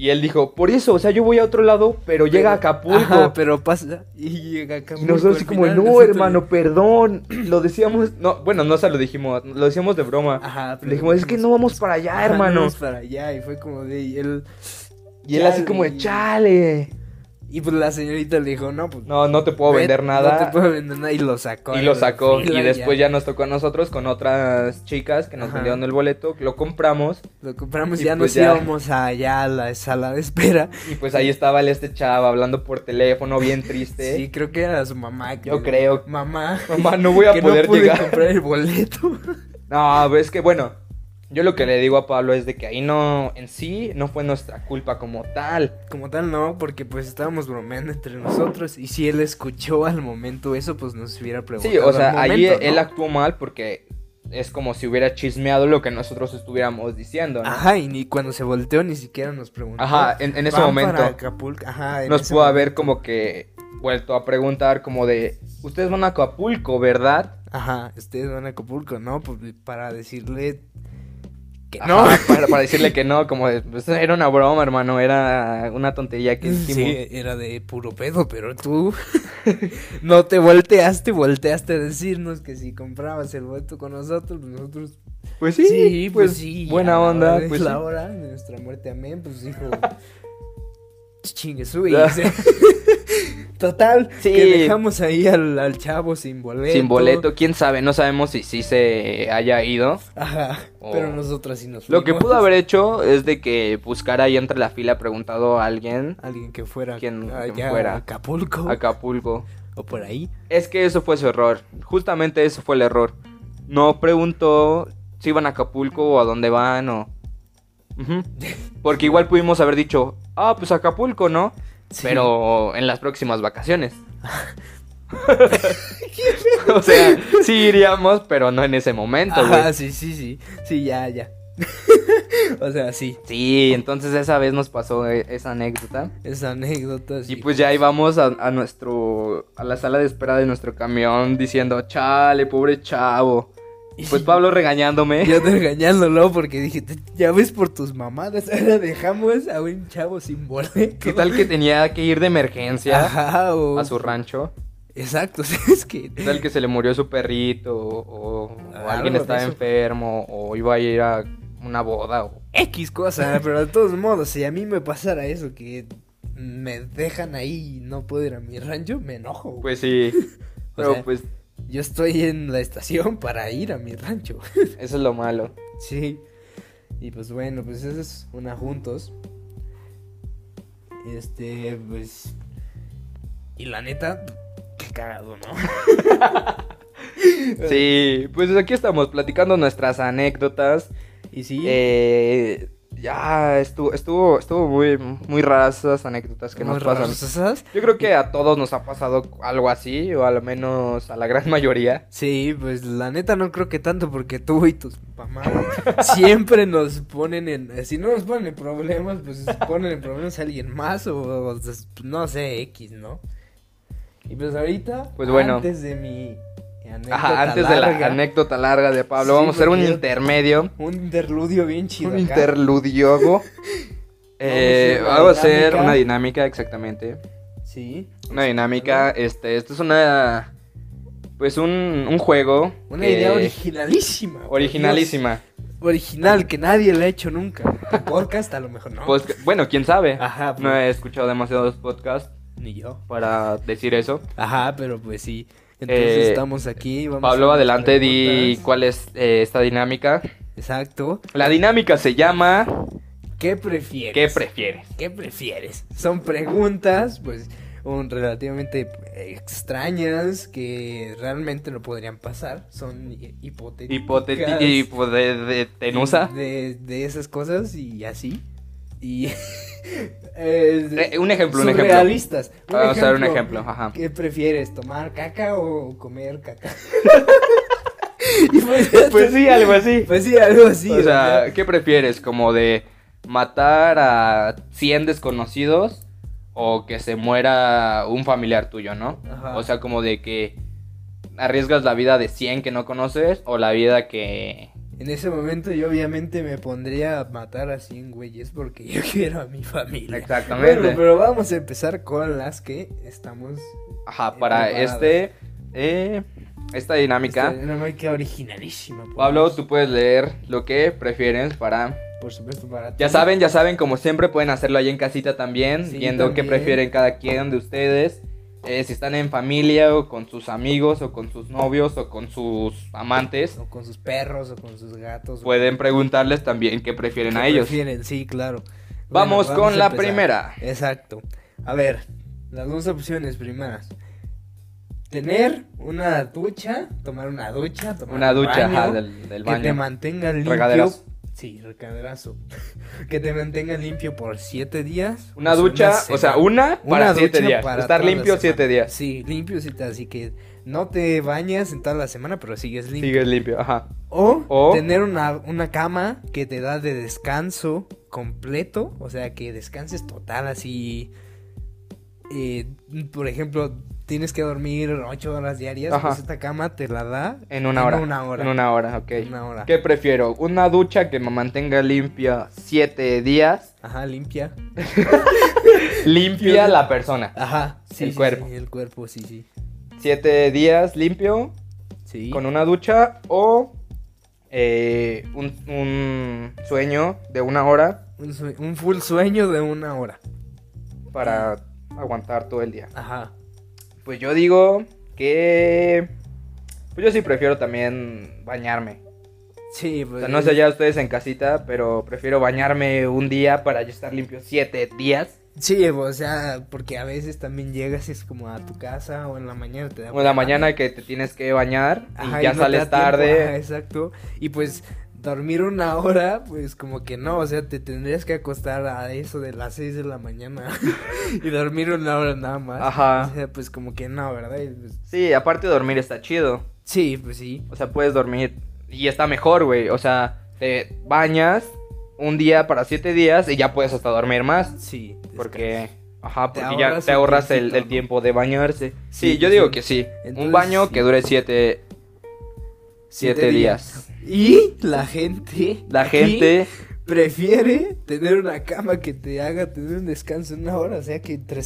Speaker 1: Y él dijo, por eso, o sea, yo voy a otro lado, pero, pues, llega a Acapulco.
Speaker 2: Ajá, pero pasa y llega a Acapulco.
Speaker 1: Y nosotros así
Speaker 2: al
Speaker 1: como,
Speaker 2: final,
Speaker 1: no,
Speaker 2: nosotros-
Speaker 1: hermano, perdón. Lo decíamos, no, bueno, no se lo dijimos, lo decíamos de broma.
Speaker 2: Ajá,
Speaker 1: Le dijimos, es que no vamos para allá,
Speaker 2: Ah, Ajá, no
Speaker 1: hermano.
Speaker 2: vamos para allá y fue como de y él
Speaker 1: Y él así como de, chale.
Speaker 2: y pues la señorita le dijo, "No, pues
Speaker 1: No, no te puedo
Speaker 2: ven,
Speaker 1: vender
Speaker 2: No
Speaker 1: nada.
Speaker 2: te puedo vender nada y lo sacó.
Speaker 1: y
Speaker 2: de
Speaker 1: lo
Speaker 2: la
Speaker 1: sacó. Y
Speaker 2: fila
Speaker 1: después ya nos tocó a nosotros con otras chicas que nos
Speaker 2: Ajá.
Speaker 1: vendieron el boleto. Lo compramos.
Speaker 2: lo compramos
Speaker 1: y
Speaker 2: y ya
Speaker 1: pues
Speaker 2: nos
Speaker 1: ya.
Speaker 2: íbamos allá a la sala de espera.
Speaker 1: Y pues ahí estaba el este chavo hablando por teléfono, bien triste.
Speaker 2: Sí, creo que era su mamá. que
Speaker 1: Yo
Speaker 2: le-
Speaker 1: creo.
Speaker 2: Mamá.
Speaker 1: Mamá, no voy a
Speaker 2: que
Speaker 1: poder
Speaker 2: no pude
Speaker 1: llegar.
Speaker 2: comprar el boleto.
Speaker 1: No, pero es que bueno, yo lo que le digo a Pablo es de que ahí no, en sí, no fue nuestra culpa como tal.
Speaker 2: Como tal, no, porque pues estábamos bromeando entre nosotros. Y si él escuchó al momento eso, pues nos hubiera preguntado.
Speaker 1: Sí, o sea,
Speaker 2: al
Speaker 1: ahí
Speaker 2: momento,
Speaker 1: él
Speaker 2: ¿no?
Speaker 1: actuó mal porque es como si hubiera chismeado lo que nosotros estuviéramos diciendo, ¿no?
Speaker 2: Ajá, y ni cuando se volteó ni siquiera nos preguntó.
Speaker 1: Ajá, en, en ese
Speaker 2: pues, ¿Van
Speaker 1: momento
Speaker 2: para Acapulco? Ajá, en
Speaker 1: nos
Speaker 2: ese
Speaker 1: pudo
Speaker 2: momento.
Speaker 1: haber como que vuelto a preguntar como de, ustedes van a Acapulco, ¿verdad?
Speaker 2: Ajá, ustedes van a Acapulco, ¿no? Pues, para decirle que
Speaker 1: Ajá,
Speaker 2: no.
Speaker 1: para, para decirle que no, como de, pues, era una broma, hermano, era una tontería que dijimos.
Speaker 2: Sí, era de puro pedo, pero tú no te volteaste, volteaste a decirnos que si comprabas el boleto con nosotros, pues nosotros
Speaker 1: Pues sí, pues,
Speaker 2: a
Speaker 1: buena
Speaker 2: la
Speaker 1: onda,
Speaker 2: hora de
Speaker 1: pues
Speaker 2: la
Speaker 1: sí.
Speaker 2: hora de nuestra muerte, amén, pues dijo, chingue su y
Speaker 1: Ah.
Speaker 2: se- Total,
Speaker 1: Sí.
Speaker 2: que dejamos ahí al, al chavo sin boleto.
Speaker 1: sin boleto, quién sabe, no sabemos si sí se haya ido.
Speaker 2: Ajá,
Speaker 1: Oh.
Speaker 2: pero nosotras sí nos
Speaker 1: Lo que
Speaker 2: fuimos.
Speaker 1: pudo haber hecho es de que buscara ahí entre la fila preguntado a alguien
Speaker 2: Alguien que fuera
Speaker 1: Quien-
Speaker 2: allá
Speaker 1: quien
Speaker 2: a
Speaker 1: fuera.
Speaker 2: Acapulco
Speaker 1: Acapulco.
Speaker 2: o por ahí.
Speaker 1: Es que eso fue su error, justamente eso fue el error. No preguntó si iban a Acapulco o a dónde van o... Ujú. Porque igual pudimos haber dicho, ah, pues Acapulco, ¿no?
Speaker 2: Sí.
Speaker 1: Pero en las próximas vacaciones. o sea, sí iríamos, pero no en ese momento, güey.
Speaker 2: Ajá, sí, sí, sí. Sí, ya, ya. o sea, sí.
Speaker 1: Sí, entonces esa vez nos pasó eh, esa anécdota.
Speaker 2: Esa anécdota. Sí.
Speaker 1: Y pues ya íbamos a, a nuestro a la sala de espera de nuestro camión diciendo, "Chale, pobre chavo." Y pues Pablo regañándome.
Speaker 2: Yo te regañándolo porque dije, "Te- ya ves por tus mamadas, ahora dejamos a un chavo sin boleto.
Speaker 1: ¿Qué tal que tenía que ir de emergencia
Speaker 2: Ajá, o...
Speaker 1: a su rancho?
Speaker 2: Exacto, o sea, es que...
Speaker 1: ¿Qué tal que se le murió su perrito o, o- o
Speaker 2: Ah, Algo
Speaker 1: alguien
Speaker 2: de
Speaker 1: estaba
Speaker 2: eso.
Speaker 1: enfermo o iba a ir a una boda o
Speaker 2: X cosa, pero de todos modos, si a mí me pasara eso, que me dejan ahí y no puedo ir a mi rancho, me enojo. güey.
Speaker 1: Pues sí. Pero
Speaker 2: sea-
Speaker 1: pues
Speaker 2: Yo estoy en la estación para ir a mi rancho.
Speaker 1: eso es lo malo.
Speaker 2: Sí. Y pues bueno, pues esa es una juntos. Este, pues. Y la neta, qué cagado, ¿no?
Speaker 1: Sí, pues aquí estamos platicando nuestras anécdotas.
Speaker 2: Y sí,
Speaker 1: Eh, ya estuvo, estuvo, estuvo muy, muy raras esas anécdotas que
Speaker 2: muy
Speaker 1: nos
Speaker 2: raras
Speaker 1: pasan.
Speaker 2: esas.
Speaker 1: Yo creo que a todos nos ha pasado algo así, o al menos a la gran mayoría.
Speaker 2: Sí, pues la neta no creo que tanto porque tú y tus mamás siempre nos ponen en... Si no nos ponen en problemas, pues ponen en problemas a alguien más o, o des- no sé, X, ¿no? Y pues ahorita,
Speaker 1: Pues bueno.
Speaker 2: antes de mi anécdota
Speaker 1: Ajá, antes de la
Speaker 2: larga,
Speaker 1: anécdota larga de Pablo,
Speaker 2: Sí,
Speaker 1: vamos a hacer un
Speaker 2: porque-
Speaker 1: intermedio,
Speaker 2: Un interludio bien chido.
Speaker 1: un
Speaker 2: acá.
Speaker 1: interludio. Eh,
Speaker 2: Vamos a hacer una
Speaker 1: vamos a hacer
Speaker 2: dinámica.
Speaker 1: una dinámica, exactamente.
Speaker 2: Sí.
Speaker 1: Una dinámica, este, esto es una, pues un, un juego.
Speaker 2: Una
Speaker 1: que-
Speaker 2: idea originalísima. por
Speaker 1: originalísima.
Speaker 2: Dios. Original, que nadie la ha hecho nunca. Tu podcast a lo mejor no.
Speaker 1: Posca- Pues, bueno, quién sabe.
Speaker 2: Ah. Ajá, pues.
Speaker 1: No eh. he escuchado demasiados podcasts
Speaker 2: Ni yo.
Speaker 1: para decir eso.
Speaker 2: Ajá, pero pues sí. Entonces
Speaker 1: Eh,
Speaker 2: estamos aquí. Vamos
Speaker 1: Pablo,
Speaker 2: a
Speaker 1: adelante, di
Speaker 2: preguntas.
Speaker 1: cuál es eh, esta dinámica.
Speaker 2: Exacto.
Speaker 1: La dinámica se llama
Speaker 2: ¿Qué prefieres?
Speaker 1: ¿Qué prefieres?
Speaker 2: ¿Qué prefieres? Son preguntas, pues, un- relativamente eh, extrañas que realmente no podrían pasar. Son hi- hipotéticas.
Speaker 1: Hipotética y de, de tenusa.
Speaker 2: De, de esas cosas y así. Y. eh,
Speaker 1: Eh, un ejemplo, un ejemplo.
Speaker 2: surrealistas.
Speaker 1: Vamos a dar un ejemplo, ajá.
Speaker 2: ¿Qué prefieres, tomar caca o comer caca? Y pues,
Speaker 1: Pues sí, algo así.
Speaker 2: Pues sí, algo así.
Speaker 1: o sea, ¿qué prefieres? ¿Como de matar a 100 desconocidos o que se muera un familiar tuyo, no?
Speaker 2: Ajá.
Speaker 1: O sea, como de que arriesgas la vida de 100 que no conoces o la vida que...
Speaker 2: En ese momento yo obviamente me pondría a matar a 100 güeyes porque yo quiero a mi familia.
Speaker 1: Exactamente.
Speaker 2: Bueno, pero vamos a empezar con las que estamos...
Speaker 1: Ajá, para
Speaker 2: Preparados.
Speaker 1: este... eh, esta dinámica.
Speaker 2: Esta dinámica originalísima. por-
Speaker 1: Pablo, tú puedes leer lo que prefieres para
Speaker 2: Por supuesto, para
Speaker 1: Ya
Speaker 2: ti.
Speaker 1: saben, ya saben, como siempre pueden hacerlo ahí en casita también,
Speaker 2: Sí,
Speaker 1: viendo qué
Speaker 2: también.
Speaker 1: prefieren cada quien de ustedes. Eh, si están en familia o con sus amigos o con sus novios o con sus amantes,
Speaker 2: O con sus perros, o con sus gatos. o-
Speaker 1: pueden preguntarles también qué prefieren
Speaker 2: ¿Qué
Speaker 1: a ellos.
Speaker 2: prefieren? Sí, claro.
Speaker 1: Vamos
Speaker 2: Bueno,
Speaker 1: con
Speaker 2: a
Speaker 1: la
Speaker 2: empezar.
Speaker 1: primera.
Speaker 2: Exacto. A ver, las dos opciones primeras. Tener una ducha, tomar una ducha, tomar
Speaker 1: Una
Speaker 2: un
Speaker 1: ducha
Speaker 2: baño,
Speaker 1: ajá, del, del
Speaker 2: que te
Speaker 1: baño.
Speaker 2: mantenga limpio.
Speaker 1: Regaderazo.
Speaker 2: Sí, recaderazo. que te mantenga limpio por siete días.
Speaker 1: Una
Speaker 2: o sea,
Speaker 1: ducha, o
Speaker 2: semana.
Speaker 1: sea, una
Speaker 2: Pues Una
Speaker 1: para
Speaker 2: ducha
Speaker 1: siete días.
Speaker 2: para
Speaker 1: Estar
Speaker 2: toda la
Speaker 1: limpio siete
Speaker 2: semana.
Speaker 1: días.
Speaker 2: Sí, limpio siete, así que no te bañas en toda la semana, pero sigues limpio.
Speaker 1: Sigues limpio, ajá.
Speaker 2: O,
Speaker 1: O-
Speaker 2: tener una, una cama que te da de descanso completo, o sea, que descanses total así. eh, por ejemplo, tienes que dormir ocho horas diarias,
Speaker 1: Ajá.
Speaker 2: pues esta cama te la da
Speaker 1: En una hora.
Speaker 2: En una hora.
Speaker 1: En una hora, ok.
Speaker 2: Una hora.
Speaker 1: ¿Qué prefiero? ¿Una ducha que me mantenga limpia siete días?
Speaker 2: Ajá, limpia.
Speaker 1: Limpia la persona.
Speaker 2: Ajá, sí.
Speaker 1: El
Speaker 2: sí,
Speaker 1: cuerpo.
Speaker 2: sí, el cuerpo, sí, sí.
Speaker 1: Siete días limpio
Speaker 2: Sí.
Speaker 1: con una ducha o eh, un, un sueño de una hora
Speaker 2: Un, sue- un full sueño de una hora.
Speaker 1: para aguantar todo el día.
Speaker 2: Ajá.
Speaker 1: Pues yo digo que... Pues yo sí prefiero también bañarme.
Speaker 2: Sí,
Speaker 1: O
Speaker 2: pues.
Speaker 1: sea, no sé ya ustedes en casita, pero prefiero bañarme un día para yo estar limpio siete días.
Speaker 2: Sí, o sea, porque a veces también llegas y es como a tu casa o en la mañana te da
Speaker 1: O en la mañana que te tienes que bañar y
Speaker 2: Ajá,
Speaker 1: ya
Speaker 2: no te
Speaker 1: sales
Speaker 2: da tiempo, ajá,
Speaker 1: tarde.
Speaker 2: exacto. Y pues dormir una hora, pues como que no, o sea, te tendrías que acostar a eso de las 6 de la mañana y dormir una hora nada más.
Speaker 1: Ajá.
Speaker 2: O sea, pues como que no, ¿verdad? Y, pues,
Speaker 1: Sí, aparte dormir está chido.
Speaker 2: sí, pues sí.
Speaker 1: O sea, puedes dormir y está mejor, güey. O sea, te bañas un día para siete días y ya puedes hasta dormir más.
Speaker 2: Sí. descanso.
Speaker 1: Porque, ajá,
Speaker 2: Te
Speaker 1: porque ya
Speaker 2: ahorras
Speaker 1: te
Speaker 2: un
Speaker 1: ahorras el,
Speaker 2: tiempito,
Speaker 1: el
Speaker 2: ¿no?
Speaker 1: tiempo de bañarse. Sí,
Speaker 2: Sí,
Speaker 1: yo
Speaker 2: sí,
Speaker 1: digo
Speaker 2: sí.
Speaker 1: que sí. un
Speaker 2: Entonces,
Speaker 1: baño
Speaker 2: sí.
Speaker 1: que dure siete, siete, días.
Speaker 2: Y la gente.
Speaker 1: La
Speaker 2: aquí
Speaker 1: gente,
Speaker 2: Prefiere tener una cama que te haga tener un descanso en una hora. O sea que entre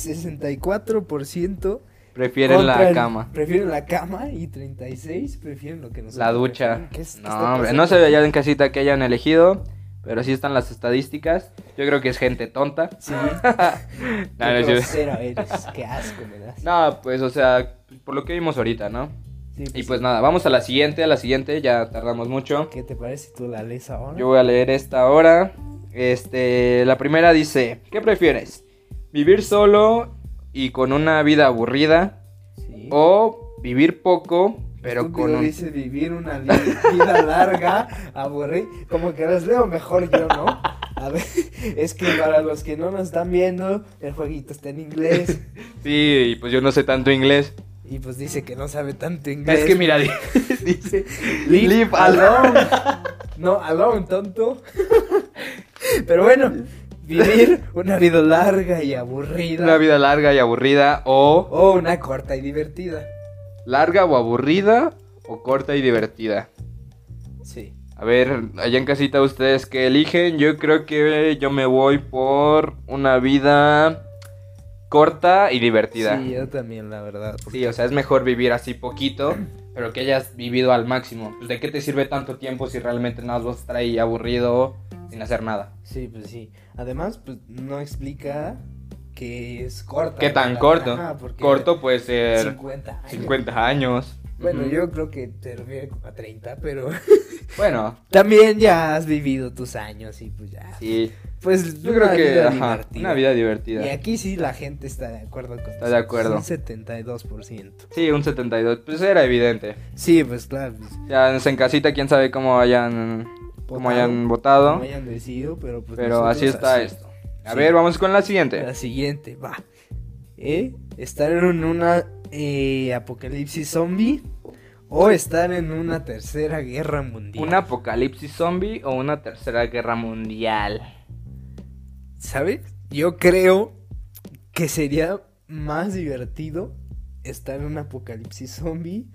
Speaker 2: 64%
Speaker 1: prefieren
Speaker 2: contra
Speaker 1: la
Speaker 2: el-
Speaker 1: cama.
Speaker 2: Prefieren la cama y 36 prefieren lo que nos
Speaker 1: La ducha. No, hombre, no se ve allá en casita que hayan elegido, pero sí están las estadísticas. Yo creo que es gente tonta.
Speaker 2: Sí.
Speaker 1: No, no, sí.
Speaker 2: grosero eres. Qué asco me das.
Speaker 1: No, pues, o sea, por lo que vimos ahorita, ¿no?
Speaker 2: Sí,
Speaker 1: Y pues nada, vamos a la siguiente, a la siguiente, ya tardamos mucho.
Speaker 2: ¿Qué te parece si tú la lees ahora?
Speaker 1: Yo voy a leer esta ahora. Este, la primera dice, ¿qué prefieres? ¿Vivir solo y con una vida aburrida?
Speaker 2: Sí.
Speaker 1: ¿O vivir poco, oh, pero
Speaker 2: Estúpido
Speaker 1: con un...
Speaker 2: dice vivir una li- vida larga, aburrir. Como que las leo mejor yo, ¿no? A ver, es que para los que no nos están viendo, el jueguito está en inglés.
Speaker 1: Sí, y pues yo no sé tanto inglés.
Speaker 2: Y pues dice que no sabe tanto inglés.
Speaker 1: Es que mira, di- dice...
Speaker 2: Live,
Speaker 1: Live
Speaker 2: alone. no, alone, tonto. Pero bueno, vivir una vida larga y aburrida.
Speaker 1: Una vida larga y aburrida o
Speaker 2: O una corta y divertida.
Speaker 1: larga o aburrida o corta y divertida.
Speaker 2: Sí.
Speaker 1: A ver, allá en casita ustedes qué eligen. Yo creo que yo me voy por una vida corta y divertida.
Speaker 2: Sí, yo también, la verdad.
Speaker 1: Sí, o sea, es mejor vivir así poquito, pero que hayas vivido al máximo. Pues, ¿De qué te sirve tanto tiempo si realmente nada más vas a estar ahí aburrido sin hacer nada?
Speaker 2: Sí, pues sí. Además, pues no explica que es corta.
Speaker 1: ¿Qué tan
Speaker 2: Ajá,
Speaker 1: corto?
Speaker 2: porque
Speaker 1: corto puede ser
Speaker 2: 50. años.
Speaker 1: 50 años.
Speaker 2: Bueno,
Speaker 1: Ujú.
Speaker 2: yo creo que te refiere como a 30, pero
Speaker 1: Bueno,
Speaker 2: también ya has vivido tus años y pues ya.
Speaker 1: sí.
Speaker 2: Pues
Speaker 1: Yo creo
Speaker 2: una
Speaker 1: que
Speaker 2: vida
Speaker 1: ajá,
Speaker 2: divertida.
Speaker 1: una vida divertida.
Speaker 2: Y aquí sí la gente está de acuerdo con
Speaker 1: Está de acuerdo.
Speaker 2: Un 72%.
Speaker 1: Sí, un 72. Pues era evidente.
Speaker 2: Sí, pues claro. pues,
Speaker 1: Ya en casita, quién sabe cómo hayan, cómo
Speaker 2: Votado.
Speaker 1: hayan votado.
Speaker 2: como hayan decidido, pero pues.
Speaker 1: Pero
Speaker 2: nosotros
Speaker 1: así está este.
Speaker 2: así.
Speaker 1: esto. A
Speaker 2: Sí.
Speaker 1: ver, vamos con la siguiente.
Speaker 2: La siguiente, va. ¿Eh? Estar en una eh, apocalipsis zombie o estar en una tercera guerra mundial.
Speaker 1: ¿Un apocalipsis zombie o una tercera guerra mundial?
Speaker 2: ¿Sabes? Yo creo que sería más divertido estar en un apocalipsis zombie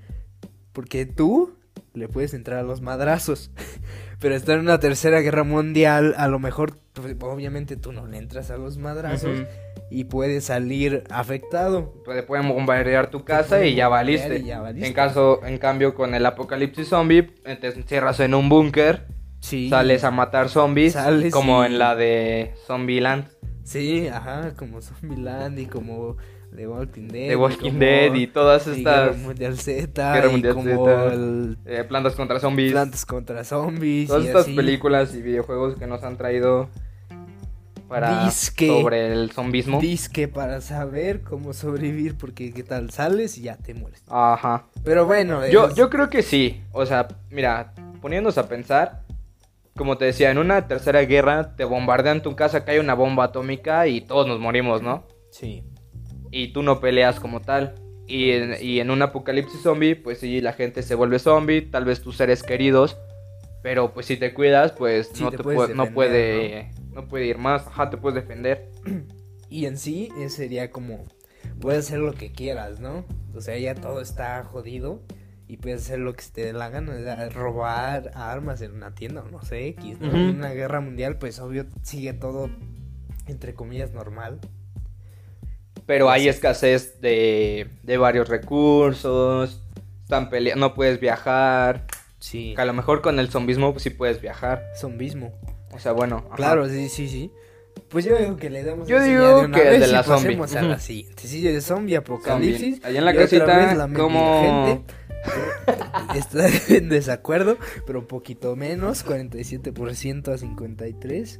Speaker 2: porque tú le puedes entrar a los madrazos. Pero estar en una tercera guerra mundial, a lo mejor, pues, obviamente tú no le entras a los madrazos
Speaker 1: Ujú.
Speaker 2: y puedes salir afectado.
Speaker 1: Pues pueden bombardear tu casa
Speaker 2: pueden
Speaker 1: y ya
Speaker 2: bombardear
Speaker 1: valiste.
Speaker 2: y ya valiste.
Speaker 1: En caso, en cambio, con el apocalipsis zombie, te encierras en un búnker,
Speaker 2: Sí.
Speaker 1: sales a matar zombies,
Speaker 2: Sales
Speaker 1: como
Speaker 2: y-
Speaker 1: en la de Zombieland,
Speaker 2: Sí, ajá, como Zombieland y como The Walking Dead.
Speaker 1: de Walking
Speaker 2: como-
Speaker 1: Dead y todas
Speaker 2: y
Speaker 1: estas
Speaker 2: Guerra Mundial Z.
Speaker 1: Guerra
Speaker 2: y
Speaker 1: Mundial
Speaker 2: como
Speaker 1: Z.
Speaker 2: el
Speaker 1: eh, plantas contra zombies.
Speaker 2: Plantas contra zombies.
Speaker 1: Todas
Speaker 2: y
Speaker 1: estas
Speaker 2: así.
Speaker 1: películas y videojuegos que nos han traído para
Speaker 2: Disque.
Speaker 1: sobre el zombismo.
Speaker 2: Disque para saber cómo sobrevivir, porque qué tal sales y ya te mueres.
Speaker 1: Ajá.
Speaker 2: Pero bueno,
Speaker 1: Yo,
Speaker 2: es-
Speaker 1: yo creo que sí. O sea, mira, poniéndonos a pensar, como te decía, en una tercera guerra te bombardean tu casa, cae una bomba atómica y todos nos morimos, ¿no?
Speaker 2: Sí.
Speaker 1: Y tú no peleas como tal. Y en, y en un apocalipsis zombie, pues sí, la gente se vuelve zombie, tal vez tus seres queridos, pero pues si te cuidas, pues
Speaker 2: Sí,
Speaker 1: no,
Speaker 2: te
Speaker 1: te
Speaker 2: puedes
Speaker 1: pue- no
Speaker 2: defender,
Speaker 1: puede, ¿no? puede ir más, ajá, te puedes defender.
Speaker 2: Y en sí eh, sería como puedes hacer lo que quieras, ¿no? O sea, ya todo está jodido y puedes hacer lo que te dé la gana, o sea, robar armas en una tienda o no sé, X, ¿no?
Speaker 1: Ujú.
Speaker 2: En una guerra mundial, pues obvio sigue todo, entre comillas, normal.
Speaker 1: Pero hay escasez de, de varios recursos. Están peleando, no puedes viajar.
Speaker 2: Sí.
Speaker 1: Que a lo mejor con el zombismo pues, sí puedes viajar.
Speaker 2: Zombismo.
Speaker 1: O sea, bueno. ajá.
Speaker 2: Claro, sí, sí, sí. Pues yo digo que le damos
Speaker 1: Yo
Speaker 2: ese
Speaker 1: digo
Speaker 2: ya de una
Speaker 1: que el
Speaker 2: vez
Speaker 1: de
Speaker 2: y
Speaker 1: la zombie.
Speaker 2: pasemos a la
Speaker 1: Ujú.
Speaker 2: siguiente. Sí, de zombie apocalipsis.
Speaker 1: Zombie. Allá en la
Speaker 2: Y otra
Speaker 1: casita,
Speaker 2: vez la
Speaker 1: ¿cómo?
Speaker 2: gente está en desacuerdo, pero poquito menos, 47% a 53.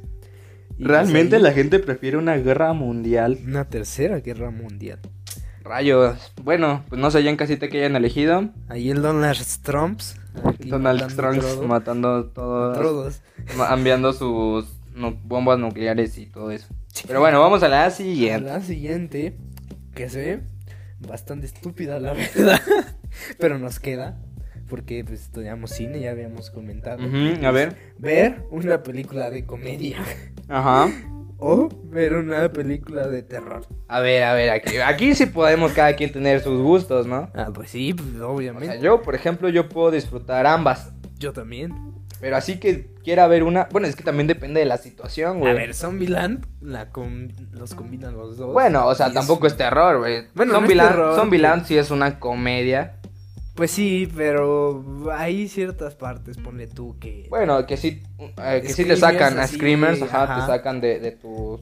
Speaker 2: Y pues
Speaker 1: Realmente
Speaker 2: ahí,
Speaker 1: la gente prefiere una guerra mundial.
Speaker 2: una tercera guerra mundial.
Speaker 1: Rayos. Bueno, pues no sé ya en casita que hayan elegido.
Speaker 2: Ahí el Donald Trump. aquí
Speaker 1: Donald
Speaker 2: matando
Speaker 1: Trump
Speaker 2: trodo-
Speaker 1: matando todo.
Speaker 2: trodos.
Speaker 1: Enviando sus nu- bombas nucleares y todo eso. Pero bueno, vamos a la siguiente.
Speaker 2: La siguiente, que se ve bastante estúpida, la verdad. Pero nos queda, porque pues, estudiamos cine, ya habíamos comentado.
Speaker 1: Ujú, a ver.
Speaker 2: Ver una película de comedia
Speaker 1: Ajá.
Speaker 2: o ver una película de terror.
Speaker 1: A ver, a ver, aquí, aquí sí podemos cada quien tener sus gustos, ¿no?
Speaker 2: Ah, pues sí, pues,
Speaker 1: O sea,
Speaker 2: obviamente.
Speaker 1: yo, por ejemplo, yo puedo disfrutar ambas.
Speaker 2: Yo también.
Speaker 1: Pero así que quiera ver una. Bueno, es que también depende de la situación,
Speaker 2: A
Speaker 1: güey.
Speaker 2: ver, Zombieland la com- los combinan los dos.
Speaker 1: Bueno, o sea,
Speaker 2: Y es-
Speaker 1: tampoco es terror, güey. Bueno,
Speaker 2: Bueno, no es
Speaker 1: Zombieland,
Speaker 2: terror,
Speaker 1: Zombieland sí es una comedia.
Speaker 2: Pues sí, pero hay ciertas partes, ponle tú que...
Speaker 1: Bueno, que sí, eh, que sí te
Speaker 2: Screamers,
Speaker 1: sacan a
Speaker 2: así,
Speaker 1: Screamers, ajá,
Speaker 2: ajá.
Speaker 1: te sacan de, de tus,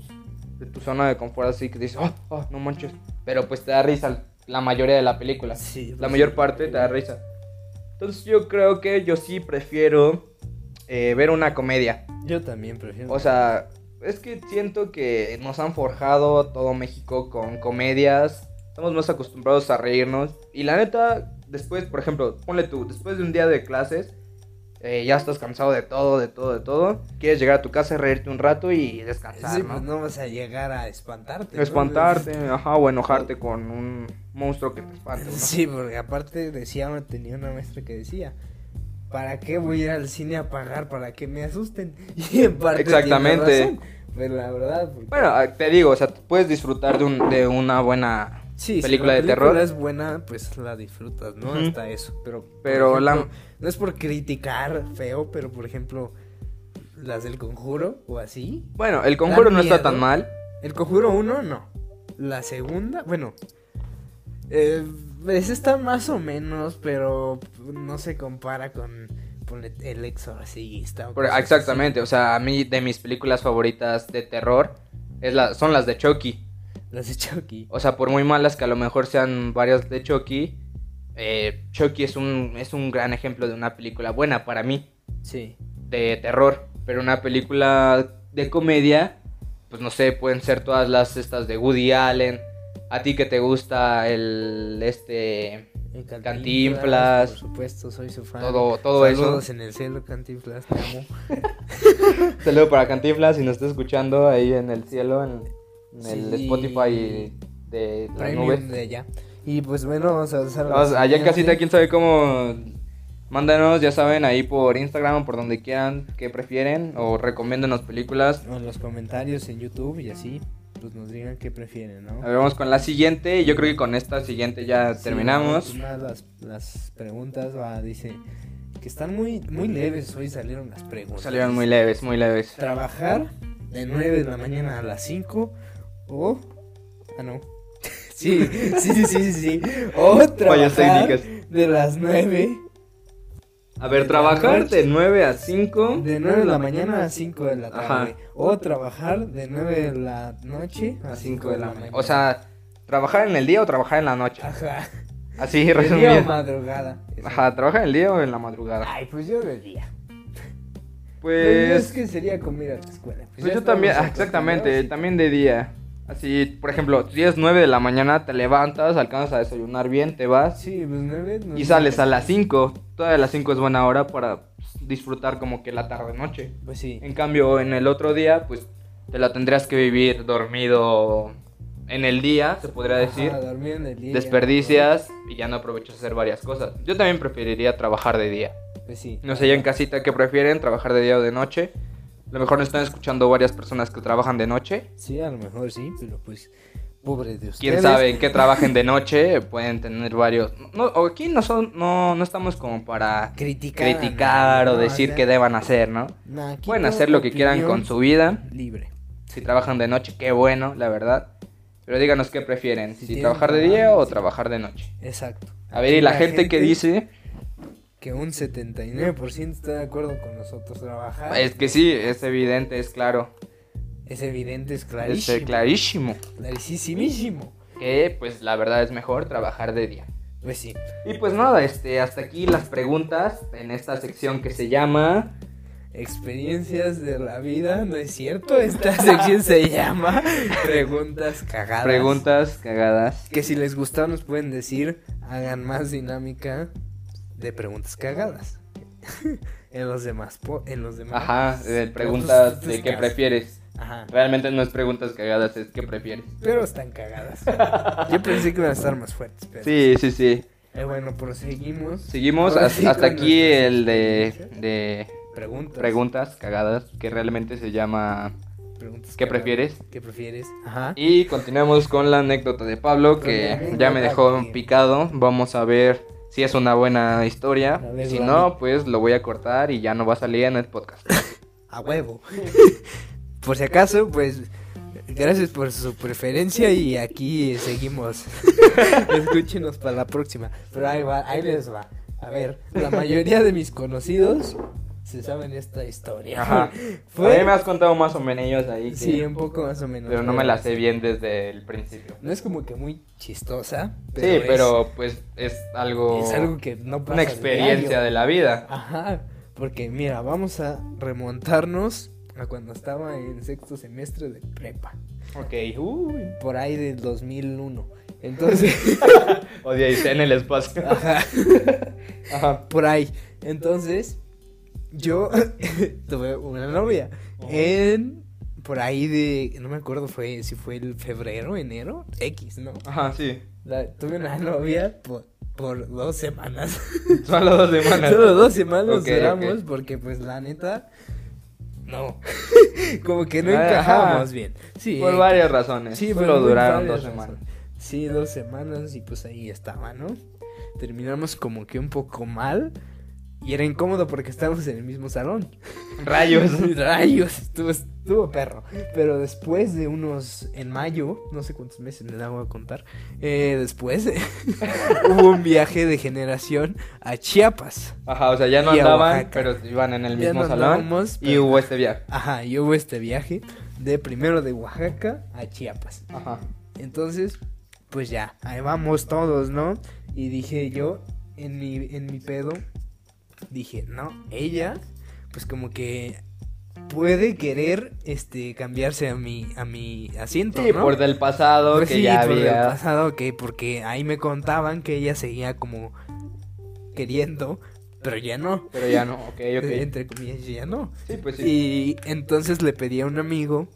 Speaker 1: de tu zona de confort, así que dices, oh, oh, no manches. Pero pues te da risa la mayoría de la película.
Speaker 2: Sí,
Speaker 1: La
Speaker 2: pues,
Speaker 1: mayor
Speaker 2: sí.
Speaker 1: parte te da risa. Entonces yo creo que yo sí prefiero eh, ver una comedia.
Speaker 2: Yo también prefiero.
Speaker 1: O sea, es que siento que nos han forjado todo México con comedias. Estamos más acostumbrados a reírnos. Y la neta, después, por ejemplo, ponle tú, después de un día de clases, eh, ya estás cansado de todo, de todo, de todo. Quieres llegar a tu casa, reírte un rato y descansar,
Speaker 2: Sí,
Speaker 1: ¿no?
Speaker 2: pues no vas a llegar a espantarte. ¿no?
Speaker 1: Espantarte, ajá, o enojarte con un monstruo que te espante, ¿no?
Speaker 2: Sí, porque aparte decía, tenía una maestra que decía, ¿para qué voy a ir al cine a pagar para que me asusten? Y en parte tiene
Speaker 1: Exactamente.
Speaker 2: razón, pero la verdad, porque-
Speaker 1: Bueno, ah, te digo, o sea, puedes disfrutar de, un- de una buena
Speaker 2: sí,
Speaker 1: película
Speaker 2: si
Speaker 1: de
Speaker 2: la película
Speaker 1: terror.
Speaker 2: es buena, pues la disfrutas, ¿no?
Speaker 1: Ujú.
Speaker 2: Hasta eso. Pero, por
Speaker 1: Pero la-
Speaker 2: ejemplo, no es por criticar feo, pero por ejemplo, las del conjuro o así,
Speaker 1: Bueno, el conjuro no está
Speaker 2: miedo.
Speaker 1: tan mal.
Speaker 2: El conjuro 1 no. La segunda, bueno. Eh, esa está más o menos, pero no se compara con, con el exorcista. o
Speaker 1: Por-
Speaker 2: cosas
Speaker 1: exactamente, o sea, a mí de mis películas favoritas de terror es la- son las de Chucky.
Speaker 2: así. Las de Chucky.
Speaker 1: O sea, por muy malas que a lo mejor sean varias de Chucky, eh, Chucky es un, es un gran ejemplo de una película buena para mí,
Speaker 2: Sí.
Speaker 1: de terror. Pero una película de comedia, pues no sé, pueden ser todas las estas de Woody Allen. A ti que te gusta el este
Speaker 2: El
Speaker 1: Cantinflas.
Speaker 2: Por supuesto, soy su fan.
Speaker 1: todo todo eso.
Speaker 2: Saludos en el cielo, Cantinflas, te amo.
Speaker 1: Saludo para Cantinflas si nos está escuchando ahí en el cielo, en, en el
Speaker 2: Sí.
Speaker 1: Spotify de la nube.
Speaker 2: Premium de allá. Y pues bueno, vamos a pasar a la
Speaker 1: Vamos, allá en
Speaker 2: siguiente.
Speaker 1: casita, quién sabe cómo. Mándanos, ya saben, ahí por Instagram, por donde quieran, que prefieren, o recomiéndenos películas.
Speaker 2: O En los comentarios en YouTube y así, pues nos digan qué prefieren, ¿no?
Speaker 1: A ver, vamos con la siguiente. Yo creo que con esta siguiente ya
Speaker 2: Sí, pues,
Speaker 1: terminamos.
Speaker 2: una de Las, las preguntas, va, dice que están muy, muy leves hoy salieron las preguntas.
Speaker 1: Salieron muy leves, muy leves.
Speaker 2: Trabajar de 9 de la mañana a las 5 o... Ah, no. Sí, sí, sí, sí, sí, sí. O
Speaker 1: Fallas
Speaker 2: trabajar
Speaker 1: técnicas.
Speaker 2: de las 9,
Speaker 1: A ver, trabajar de 9 a 5.
Speaker 2: de 9 de la mañana a 5 de la
Speaker 1: Ajá.
Speaker 2: tarde. O trabajar de 9 de la noche a 5 de la mañana.
Speaker 1: O sea, trabajar en el día o trabajar en la noche.
Speaker 2: Ajá.
Speaker 1: Así,
Speaker 2: De día o
Speaker 1: resumido.
Speaker 2: madrugada. Eso.
Speaker 1: Ajá, trabajar en el día o en la madrugada.
Speaker 2: Ay, pues yo de día. Pues es
Speaker 1: Pues.
Speaker 2: que sería como ir a la escuela. Pues
Speaker 1: Pues
Speaker 2: ya
Speaker 1: yo también,
Speaker 2: estamos
Speaker 1: ah, exactamente,
Speaker 2: acostumbrados
Speaker 1: también de día. Así, por ejemplo, si es 9 de la mañana, te levantas, alcanzas a desayunar bien, te
Speaker 2: y-
Speaker 1: vas
Speaker 2: Sí, pues nueve. no-
Speaker 1: y sales a las 5. Todavía las 5 es buena hora para pues, disfrutar como que la tarde-noche.
Speaker 2: Pues sí.
Speaker 1: En cambio, en el otro día, pues te la tendrías que vivir dormido en el día, se podría decir.
Speaker 2: Ajá, dormir en el día.
Speaker 1: Desperdicias y ya no aprovechas hacer varias cosas. Yo también preferiría trabajar de día.
Speaker 2: Pues sí.
Speaker 1: No sé ya en casita qué prefieren, trabajar de día o de noche. A lo mejor nos están escuchando varias personas que trabajan de noche.
Speaker 2: Sí, a lo mejor sí, pero pues. Pobre de ustedes.
Speaker 1: Quién sabe en qué trabajen de noche, pueden tener varios. No, o aquí no, son, no, no estamos como para
Speaker 2: Criticar.
Speaker 1: criticar
Speaker 2: no,
Speaker 1: o
Speaker 2: no,
Speaker 1: decir
Speaker 2: o sea,
Speaker 1: qué deban hacer, ¿no?
Speaker 2: no, aquí
Speaker 1: Pueden
Speaker 2: todo
Speaker 1: hacer lo que quieran
Speaker 2: opinión
Speaker 1: con su vida.
Speaker 2: Libre.
Speaker 1: Si trabajan de noche, qué bueno, la verdad. Pero díganos qué prefieren,
Speaker 2: Si
Speaker 1: si,
Speaker 2: tienen
Speaker 1: trabajar de
Speaker 2: trabajo,
Speaker 1: día o
Speaker 2: sí.
Speaker 1: trabajar de noche.
Speaker 2: Exacto.
Speaker 1: A ver,
Speaker 2: Aquí
Speaker 1: y la, gente, que dice,
Speaker 2: Que un 79% está de acuerdo con nosotros trabajar.
Speaker 1: es que sí, es evidente, es claro,
Speaker 2: Es evidente, es
Speaker 1: es
Speaker 2: clarísimo.
Speaker 1: eh, clarísimo.
Speaker 2: Clarísimísimo.
Speaker 1: Que pues la verdad es mejor trabajar de día.
Speaker 2: Pues sí.
Speaker 1: Y pues nada, este, hasta aquí las preguntas en esta sección que se llama
Speaker 2: Experiencias de la vida, ¿no es cierto? Esta sección se llama Preguntas cagadas.
Speaker 1: Preguntas cagadas.
Speaker 2: Que si les gusta nos pueden decir, hagan más dinámica de preguntas cagadas. en los demás. po- en los demás.
Speaker 1: Ajá, eh, preguntas de qué
Speaker 2: podcast.
Speaker 1: prefieres.
Speaker 2: Ajá.
Speaker 1: Realmente no es preguntas cagadas, es qué prefieres.
Speaker 2: Pero están cagadas. Yo pensé que iban a estar más fuertes. Pero...
Speaker 1: Sí, sí, sí.
Speaker 2: Eh, bueno, proseguimos.
Speaker 1: Seguimos
Speaker 2: Ahora
Speaker 1: has-
Speaker 2: sí,
Speaker 1: hasta
Speaker 2: con
Speaker 1: aquí
Speaker 2: nuestras
Speaker 1: el de,
Speaker 2: experiencias.
Speaker 1: de
Speaker 2: Preguntas.
Speaker 1: preguntas cagadas que realmente se llama
Speaker 2: preguntas
Speaker 1: ¿Qué
Speaker 2: cagadas.
Speaker 1: prefieres?
Speaker 2: ¿Qué prefieres? Ajá.
Speaker 1: Y continuamos con la anécdota de Pablo que ya me dejó picado. Vamos a ver si es una buena historia.
Speaker 2: A ver,
Speaker 1: Si
Speaker 2: Dani.
Speaker 1: no, pues lo voy a cortar y ya no va a salir en el podcast.
Speaker 2: A huevo. por si acaso, pues gracias por su preferencia y aquí eh, seguimos. Escúchenos para la próxima. Pero ahí va, ahí les va. A ver, la mayoría de mis conocidos se saben esta historia.
Speaker 1: Ajá. A mí me
Speaker 2: Fue
Speaker 1: has contado más o menos ahí. que-
Speaker 2: sí, un poco más o menos.
Speaker 1: Pero no me la sé bien desde el principio.
Speaker 2: No es como que muy chistosa, pero
Speaker 1: sí,
Speaker 2: es-
Speaker 1: pero pues es algo...
Speaker 2: es algo que no pasa
Speaker 1: una experiencia
Speaker 2: diario.
Speaker 1: de la vida.
Speaker 2: Ajá, porque mira, vamos a remontarnos a cuando estaba en sexto semestre de prepa.
Speaker 1: Ok. Uy.
Speaker 2: por ahí del 2001. Entonces,
Speaker 1: O de ahí está en el espacio.
Speaker 2: ajá,
Speaker 1: Ajá.
Speaker 2: por ahí. Entonces, yo tuve una novia
Speaker 1: Ajá.
Speaker 2: en por ahí de no me acuerdo fue si fue el febrero, enero, X, ¿no?
Speaker 1: Ajá, sí.
Speaker 2: La- tuve
Speaker 1: Ah,
Speaker 2: una novia por, por dos semanas.
Speaker 1: Solo dos semanas.
Speaker 2: Solo dos semanas nos
Speaker 1: Ok,
Speaker 2: duramos
Speaker 1: ok.
Speaker 2: porque pues la neta no. Como que no
Speaker 1: Ah, Ajá.
Speaker 2: encajamos bien. Sí,
Speaker 1: Por
Speaker 2: eh,
Speaker 1: varias razones.
Speaker 2: Sí,
Speaker 1: Solo
Speaker 2: pero
Speaker 1: duraron dos semanas.
Speaker 2: Sí, dos semanas y pues ahí estaba, ¿no? Terminamos como que un poco mal y era incómodo porque estábamos en el mismo salón.
Speaker 1: Rayos.
Speaker 2: Rayos, estuvo, estuvo perro. Pero después de unos, en mayo, no sé cuántos meses me hago a contar, eh, después hubo un viaje de generación a Chiapas.
Speaker 1: Ajá, o sea, ya no
Speaker 2: Y a
Speaker 1: andaban,
Speaker 2: Oaxaca.
Speaker 1: pero iban en el
Speaker 2: Ya
Speaker 1: mismo
Speaker 2: no
Speaker 1: salón.
Speaker 2: andábamos,
Speaker 1: Y
Speaker 2: pero-
Speaker 1: hubo este viaje.
Speaker 2: Ajá, y hubo este viaje de primero de Oaxaca a Chiapas.
Speaker 1: Ajá.
Speaker 2: Entonces, pues ya, ahí vamos todos, ¿no? Y dije yo, en mi, en mi pedo, dije, no, ella, pues como que puede querer, este, cambiarse a mi, a mi asiento,
Speaker 1: Sí,
Speaker 2: ¿no?
Speaker 1: por del pasado
Speaker 2: Pues
Speaker 1: que
Speaker 2: sí,
Speaker 1: ya
Speaker 2: por el
Speaker 1: había.
Speaker 2: pasado, que porque ahí me contaban que ella seguía como queriendo, pero ya no.
Speaker 1: Pero ya no, ok, ok.
Speaker 2: Entre comillas, ya no.
Speaker 1: Sí, pues sí.
Speaker 2: Y entonces le pedí a un amigo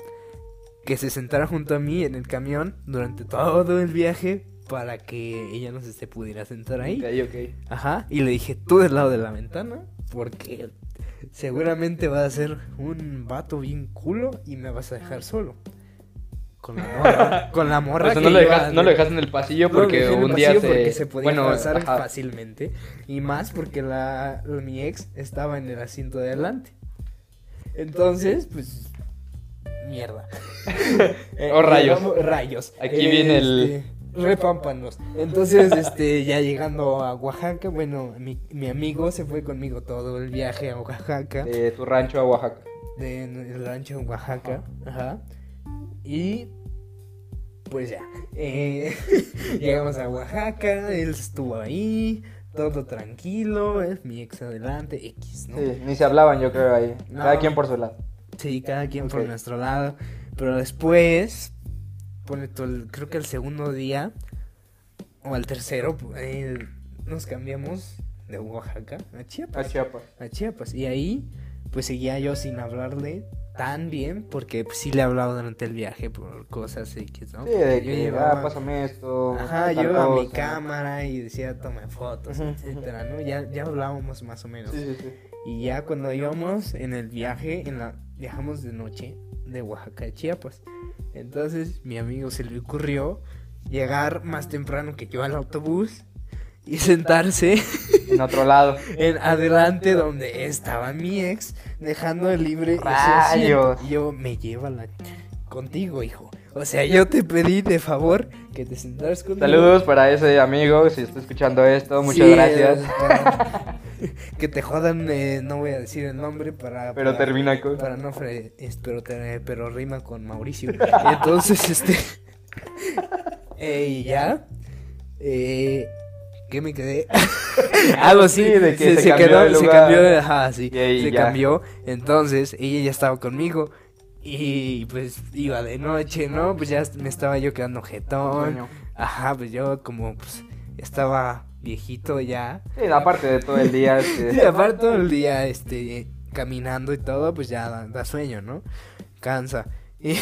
Speaker 2: que se sentara junto a mí en el camión durante todo el viaje para que ella no se se pudiera sentar ahí.
Speaker 1: Ok, ok.
Speaker 2: Ajá. Y le dije, tú del lado de la ventana, porque seguramente vas a ser un vato bien culo y me vas a dejar solo. Con la morra. con la morra
Speaker 1: Por eso
Speaker 2: que
Speaker 1: no lo,
Speaker 2: iba
Speaker 1: dejas,
Speaker 2: de-
Speaker 1: no lo dejas en el pasillo
Speaker 2: no lo
Speaker 1: porque
Speaker 2: dejé en el
Speaker 1: un día
Speaker 2: pasillo
Speaker 1: se.
Speaker 2: porque se podía
Speaker 1: bueno,
Speaker 2: pasar
Speaker 1: ajá.
Speaker 2: fácilmente. Y más porque la, la- mi ex estaba en el asiento de adelante. Entonces, pues. Mierda.
Speaker 1: Eh, oh, rayos.
Speaker 2: Llegamos- rayos.
Speaker 1: Aquí viene el-
Speaker 2: este, Repámpanos. Entonces, este, ya llegando a Oaxaca, bueno, mi, mi amigo se fue conmigo todo el viaje a Oaxaca
Speaker 1: De tu rancho a Oaxaca.
Speaker 2: de en el rancho en Oaxaca. Ajá. Y pues ya. eh, llegamos a Oaxaca, él estuvo ahí, todo tranquilo, es mi ex adelante, X, ¿no? Sí,
Speaker 1: Sí, ni se hablaban, yo creo ahí.
Speaker 2: No.
Speaker 1: Cada quien por su lado.
Speaker 2: cada quien por
Speaker 1: Ok.
Speaker 2: nuestro lado. Pero después, pone tú el- creo que el segundo día, o al tercero, eh, nos cambiamos de Oaxaca a
Speaker 1: A
Speaker 2: Chiapas.
Speaker 1: Chiapas.
Speaker 2: a Chiapas. Y ahí, pues seguía yo sin hablarle tan bien, porque pues, sí le hablaba durante el viaje por cosas X, ¿no?
Speaker 1: Sí, de
Speaker 2: Yo
Speaker 1: que, ah, pásame esto.
Speaker 2: Ajá,
Speaker 1: tal
Speaker 2: yo a mi
Speaker 1: cosa.
Speaker 2: cámara y decía, toma fotos,
Speaker 1: Ujú,
Speaker 2: etcétera, ¿no? Ya, ya hablábamos más o menos.
Speaker 1: Sí, sí, sí.
Speaker 2: Y ya cuando íbamos en el viaje, en la, viajamos de noche de Oaxaca a Chiapas. Entonces mi amigo se le ocurrió llegar más temprano que yo al autobús y sentarse
Speaker 1: En otro lado.
Speaker 2: en adelante donde estaba mi ex, dejando libre ese
Speaker 1: Rayos.
Speaker 2: asiento. Y yo me lleva la contigo, hijo. O sea, yo te pedí de favor que te sentaras conmigo.
Speaker 1: Saludos para ese amigo, si está escuchando esto, muchas
Speaker 2: Sí,
Speaker 1: gracias.
Speaker 2: eh, que te jodan, eh, no voy a decir el nombre para.
Speaker 1: Pero
Speaker 2: para-
Speaker 1: termina con...
Speaker 2: Para no fre- es- pero, te- pero rima con Mauricio. Entonces, este. eh, y ya. Eh, ¿Qué me quedé? Algo así.
Speaker 1: Sí, de que se cambió
Speaker 2: quedó,
Speaker 1: de
Speaker 2: se
Speaker 1: lugar.
Speaker 2: cambió de- ajá, sí,
Speaker 1: Y ahí
Speaker 2: se
Speaker 1: ya.
Speaker 2: cambió. Entonces, ella ya estaba conmigo. Y pues iba de noche, ¿no? Pues ya me estaba yo quedando jetón. Ajá, pues yo como pues estaba viejito ya.
Speaker 1: Sí, aparte de todo el día. este,
Speaker 2: Y aparte todo el día, este, caminando y todo, pues ya da, da sueño, ¿no? Cansa. Y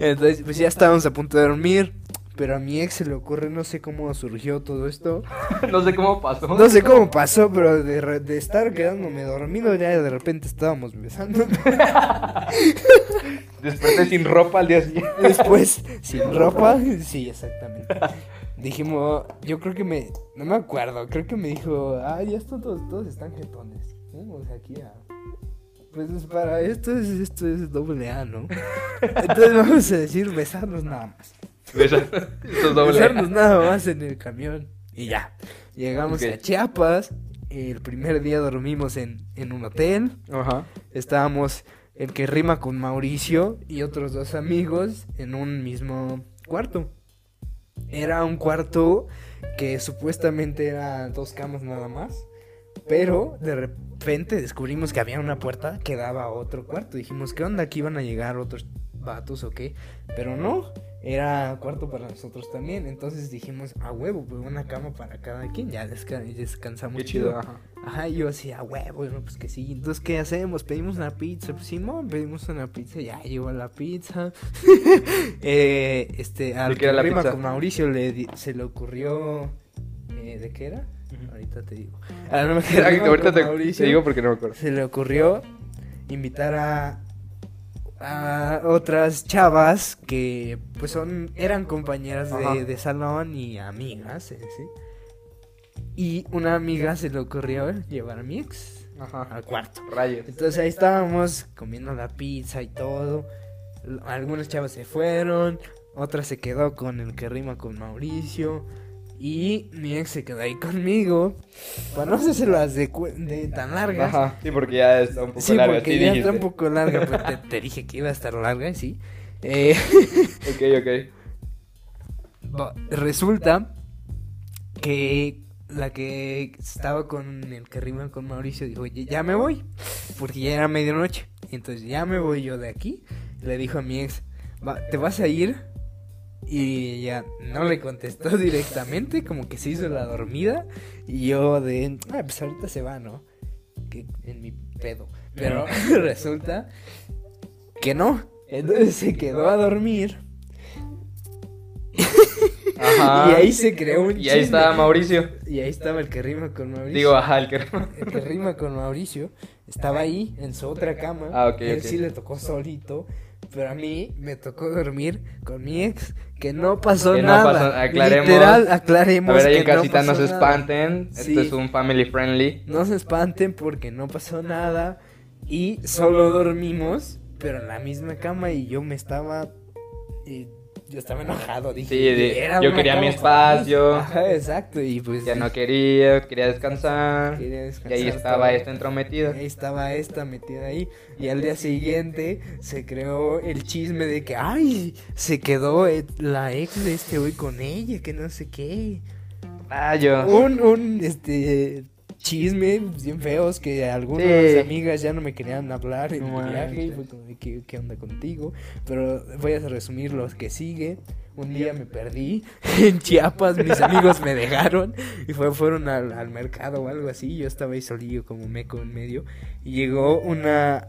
Speaker 2: entonces, pues ya estábamos a punto de dormir. Pero a mi ex se le ocurre, no sé cómo surgió todo esto.
Speaker 1: no sé cómo pasó.
Speaker 2: No sé cómo pasó, pero de, re- de estar quedándome dormido, ya de repente estábamos besando.
Speaker 1: Desperté sin ropa al día siguiente.
Speaker 2: Después, sin ropa. Sí, exactamente. Dijimos, yo creo que me. No me acuerdo, creo que me dijo, ah, ya están todos, todos están jetones. Vamos aquí a. Pues es para esto es, esto es doble A, ¿no? Entonces vamos a decir besarnos nada más.
Speaker 1: Esto es doble.
Speaker 2: Besarnos nada más en el camión. Y ya. Llegamos
Speaker 1: Ok.
Speaker 2: a Chiapas. El primer día dormimos en, en un hotel
Speaker 1: Ajá.
Speaker 2: estábamos el que rima con Mauricio y otros dos amigos en un mismo cuarto. Era un cuarto que supuestamente era dos camas nada más, pero de repente descubrimos que había una puerta que daba a otro cuarto. Dijimos, ¿qué onda? ¿Aquí iban a llegar otros vatos o qué? Pero no, era cuarto para nosotros también. Entonces dijimos, a huevo, pues una cama para cada quien. Ya desca- descansamos
Speaker 1: Qué chido. Ajá.
Speaker 2: Ajá, y yo así, a huevo, no, pues que sí. Entonces, ¿qué hacemos? Pedimos una pizza. Pues Simón, pedimos una pizza, ya llegó la pizza. eh, este, al
Speaker 1: ¿De qué era
Speaker 2: que
Speaker 1: la
Speaker 2: rima
Speaker 1: pizza?
Speaker 2: con Mauricio le di- se le ocurrió. eh, ¿De qué era? Ahorita te digo. Ah, A lo mejor rima
Speaker 1: Ahorita
Speaker 2: con
Speaker 1: te,
Speaker 2: Mauricio
Speaker 1: te digo porque no me acuerdo.
Speaker 2: se le ocurrió invitar a, a otras chavas que pues son eran compañeras
Speaker 1: Ajá.
Speaker 2: de, de salón y amigas, eh, ¿sí? Y una amiga se le ocurrió llevar a mi ex
Speaker 1: Ajá.
Speaker 2: al cuarto.
Speaker 1: Rayos.
Speaker 2: Entonces ahí estábamos comiendo la pizza y todo. L- Algunas chavas se fueron, otra se quedó con el que rima con Mauricio. Y mi ex se quedó ahí conmigo. Para no hacerse las de, cu- de tan largas.
Speaker 1: Ajá. Sí, porque ya está un poco
Speaker 2: Sí,
Speaker 1: larga.
Speaker 2: porque
Speaker 1: sí,
Speaker 2: ya
Speaker 1: dijiste.
Speaker 2: está un poco larga, pero te, te dije que iba a estar larga, y sí. Eh,
Speaker 1: Ok, ok.
Speaker 2: bo- resulta que la que estaba con el que rima con Mauricio dijo, "Oye, ya me voy, porque ya era medianoche. Entonces ya me voy yo de aquí. Le dijo a mi ex, "Va, ¿te vas a ir? Y ella no le contestó directamente, como que se hizo la dormida. Y yo de, ah, pues ahorita se va, ¿no? Que en mi pedo. Pero resulta que no. Entonces se quedó a dormir.
Speaker 1: Ajá.
Speaker 2: Y ahí se creó
Speaker 1: Ah.
Speaker 2: un
Speaker 1: Y ahí
Speaker 2: chisme.
Speaker 1: estaba Mauricio.
Speaker 2: Y ahí estaba el que rima con Mauricio.
Speaker 1: Digo, ah. ajá, el que.
Speaker 2: el que rima con Mauricio. Estaba ahí en su otra cama.
Speaker 1: Ah, ok,
Speaker 2: Él
Speaker 1: ok.
Speaker 2: sí le tocó solito. Pero a mí me tocó dormir con mi ex, que no pasó
Speaker 1: Que no
Speaker 2: nada.
Speaker 1: pasó- aclaremos.
Speaker 2: Literal, aclaremos.
Speaker 1: A ver, ahí en
Speaker 2: que no
Speaker 1: casita no,
Speaker 2: pasó
Speaker 1: se
Speaker 2: nada.
Speaker 1: espanten.
Speaker 2: Sí.
Speaker 1: Esto es un family friendly.
Speaker 2: No se espanten porque no pasó nada y solo dormimos, pero en la misma cama y yo me estaba... eh, yo estaba enojado, dije.
Speaker 1: Sí, de-
Speaker 2: "Era
Speaker 1: yo
Speaker 2: una
Speaker 1: quería mi
Speaker 2: cama".
Speaker 1: espacio.
Speaker 2: Ajá, exacto, y pues...
Speaker 1: Ya no quería, quería descansar. Y
Speaker 2: quería
Speaker 1: ahí
Speaker 2: descansar,
Speaker 1: estaba esta entrometida.
Speaker 2: Ahí estaba esta metida ahí. Y al día siguiente se creó el chisme de que, ay, se quedó eh, la ex de este hoy con ella, que no sé qué.
Speaker 1: Rayos.
Speaker 2: un, un este chisme bien feos que algunas
Speaker 1: Sí.
Speaker 2: amigas ya no me querían hablar en
Speaker 1: No
Speaker 2: el viaje y
Speaker 1: manches.
Speaker 2: fue como de, ¿qué, qué onda contigo pero voy a resumir los que sigue un día me perdí en Chiapas mis amigos me dejaron y fue- fueron al, al mercado o algo así yo estaba ahí solillo como meco en medio y llegó una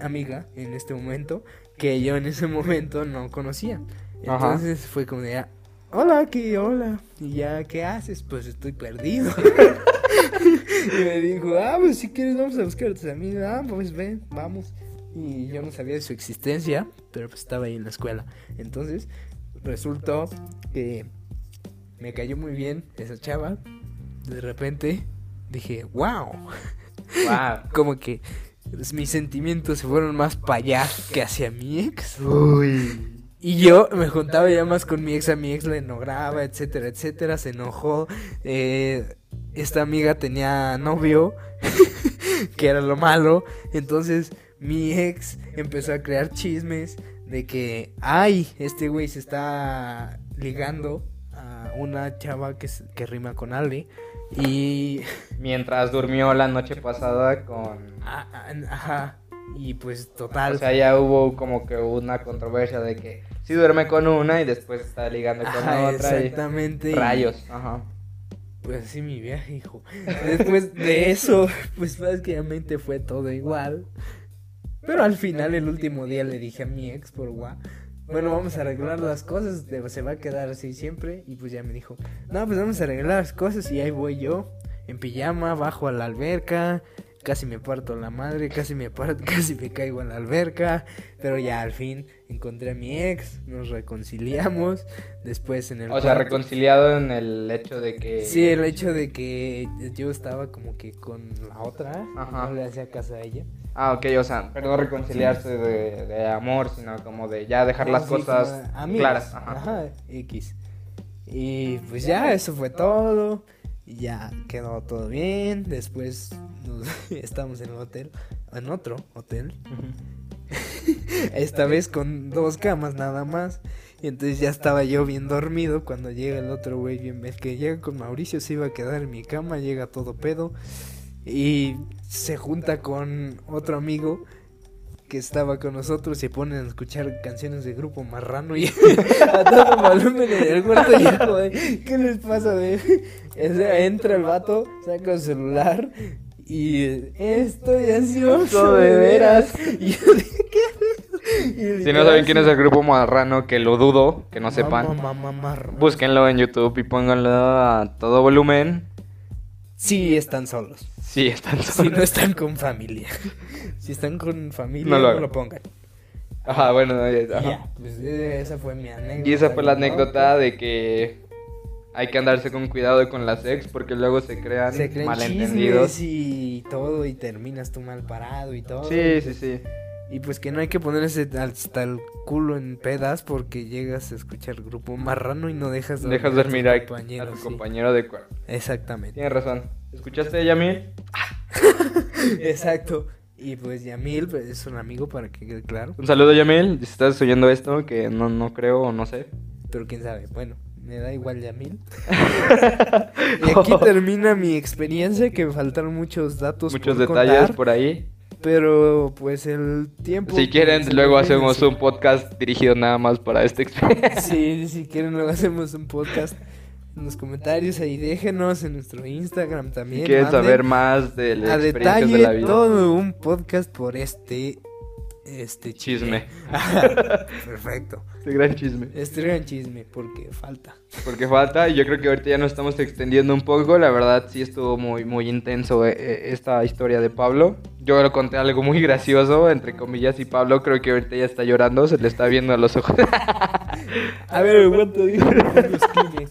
Speaker 2: amiga en este momento que yo en ese momento no conocía
Speaker 1: Ajá.
Speaker 2: entonces fue como de, "Ah, Hola, ¿qué? Hola. Y ya, ¿qué haces? Pues estoy perdido. y me dijo, ah, pues si quieres vamos a buscar a tus amigos. Ah, pues ven, vamos. Y yo no sabía de su existencia, pero pues estaba ahí en la escuela. Entonces, resultó que me cayó muy bien esa chava. De repente dije, wow.
Speaker 1: Wow.
Speaker 2: Como que pues, mis sentimientos se fueron más para allá que hacia mi ex.
Speaker 1: Uy.
Speaker 2: Y yo me juntaba ya más con mi ex, a mi ex le enograba, etcétera, etcétera, se enojó. Eh, esta amiga tenía novio, que era lo malo. Entonces mi ex empezó a crear chismes de que, ay, este güey se está ligando a una chava que, s- que rima con Ale. Y
Speaker 1: Mientras durmió la noche pasada con...
Speaker 2: Ah, ah, Ajá. Y pues
Speaker 1: O
Speaker 2: total.
Speaker 1: sea, ya hubo como que una controversia de que sí duerme con una y después está ligando con
Speaker 2: Ajá,
Speaker 1: otra. y-
Speaker 2: exactamente. y
Speaker 1: Rayos. Ajá.
Speaker 2: Pues así mi viaje, hijo. Después de eso, pues básicamente fue todo igual. Pero al final, el último día, le dije a mi ex por guá. Bueno, vamos a arreglar las cosas, te- se va a quedar así siempre. Y pues ya me dijo, no, pues vamos a arreglar las cosas y ahí voy yo, en pijama, bajo a la alberca, casi me parto la madre, casi me parto, casi me caigo en la alberca. Pero ya al fin encontré a mi ex, nos reconciliamos, después en el...
Speaker 1: O sea,
Speaker 2: cuarto-
Speaker 1: reconciliado en el hecho de que...
Speaker 2: Sí, el hecho de que yo estaba como que con la otra,
Speaker 1: Ajá.
Speaker 2: no le hacía caso a ella.
Speaker 1: Ah, ok, o sea, pero no reconciliarse de, de amor, sino como de ya dejar las
Speaker 2: Sí,
Speaker 1: cosas
Speaker 2: como amigos,
Speaker 1: claras. Ajá.
Speaker 2: X. Y pues ya, eso fue todo. y Ya quedó todo bien. Después nos- estamos en el hotel, en otro hotel. Esta vez con dos camas nada más. Y entonces ya estaba yo bien dormido cuando llega el otro güey bien. El que llega con Mauricio se iba a quedar en mi cama, llega todo pedo. Y se junta con otro amigo que estaba con nosotros se ponen a escuchar canciones de grupo marrano y a todo volumen en el cuarto y yo como de, ¿qué les pasa? De? O sea, entra el vato, saca el celular y eh, estoy ansioso de veras. Y yo de, ¿qué? Y
Speaker 1: Si no saben quién es el grupo marrano, que lo dudo, que no sepan,
Speaker 2: Mamá, mamá, marrano.
Speaker 1: búsquenlo en YouTube y pónganlo a todo volumen.
Speaker 2: Sí, están solos.
Speaker 1: Sí, están
Speaker 2: Si
Speaker 1: solos.
Speaker 2: no están con familia. Si están con familia,
Speaker 1: No
Speaker 2: no
Speaker 1: lo
Speaker 2: lo,
Speaker 1: hagan.
Speaker 2: pongan.
Speaker 1: Ajá, bueno, ya está.
Speaker 2: Y ya, pues eh, esa fue mi anécdota.
Speaker 1: Y esa fue la
Speaker 2: ¿no? pues,
Speaker 1: anécdota de que hay que andarse con cuidado con las ex porque luego se crean,
Speaker 2: se creen
Speaker 1: malentendidos.
Speaker 2: chismes y todo y terminas tú mal parado y todo.
Speaker 1: Sí, sí, sí.
Speaker 2: Y pues que no hay que ponerse hasta el culo en pedas porque llegas a escuchar grupo marrano y no dejas
Speaker 1: Dejas
Speaker 2: a tus
Speaker 1: dormir a, a
Speaker 2: compañeros,
Speaker 1: tu
Speaker 2: sí.
Speaker 1: compañero de cuerpo.
Speaker 2: Exactamente.
Speaker 1: Tienes razón. ¿Escuchaste, Yamil?
Speaker 2: Exacto. Y pues Yamil pues, es un amigo para que quede claro,
Speaker 1: Un saludo, Yamil. Si estás oyendo esto, que no, no creo o no sé.
Speaker 2: pero quién sabe. Bueno, me da igual Yamil. y aquí termina mi experiencia que me faltaron muchos datos
Speaker 1: Muchos
Speaker 2: Pues por
Speaker 1: detalles
Speaker 2: contar,
Speaker 1: por ahí.
Speaker 2: pero pues el tiempo pues,
Speaker 1: Si
Speaker 2: que
Speaker 1: quieren,
Speaker 2: se
Speaker 1: luego
Speaker 2: me
Speaker 1: hacemos
Speaker 2: venció.
Speaker 1: un podcast dirigido nada más para este experiencia.
Speaker 2: Sí, si quieren luego hacemos un podcast en los comentarios ahí déjenos en nuestro Instagram
Speaker 1: Si
Speaker 2: también.
Speaker 1: quieren
Speaker 2: manden
Speaker 1: saber más de
Speaker 2: a
Speaker 1: las experiencias
Speaker 2: detalle
Speaker 1: de la vida.
Speaker 2: todo un podcast por este este
Speaker 1: Chisme.
Speaker 2: Perfecto.
Speaker 1: Este gran chisme.
Speaker 2: Este gran chisme porque falta.
Speaker 1: Porque falta, y yo creo que ahorita ya nos estamos extendiendo un poco. La verdad, sí estuvo muy, muy intenso eh, eh, esta historia de Pablo. Yo lo conté algo muy gracioso, entre comillas, y Pablo creo que ahorita ya está llorando, se le está viendo a los ojos.
Speaker 2: A ver, ¿cuánto digo? Unos Kleenex.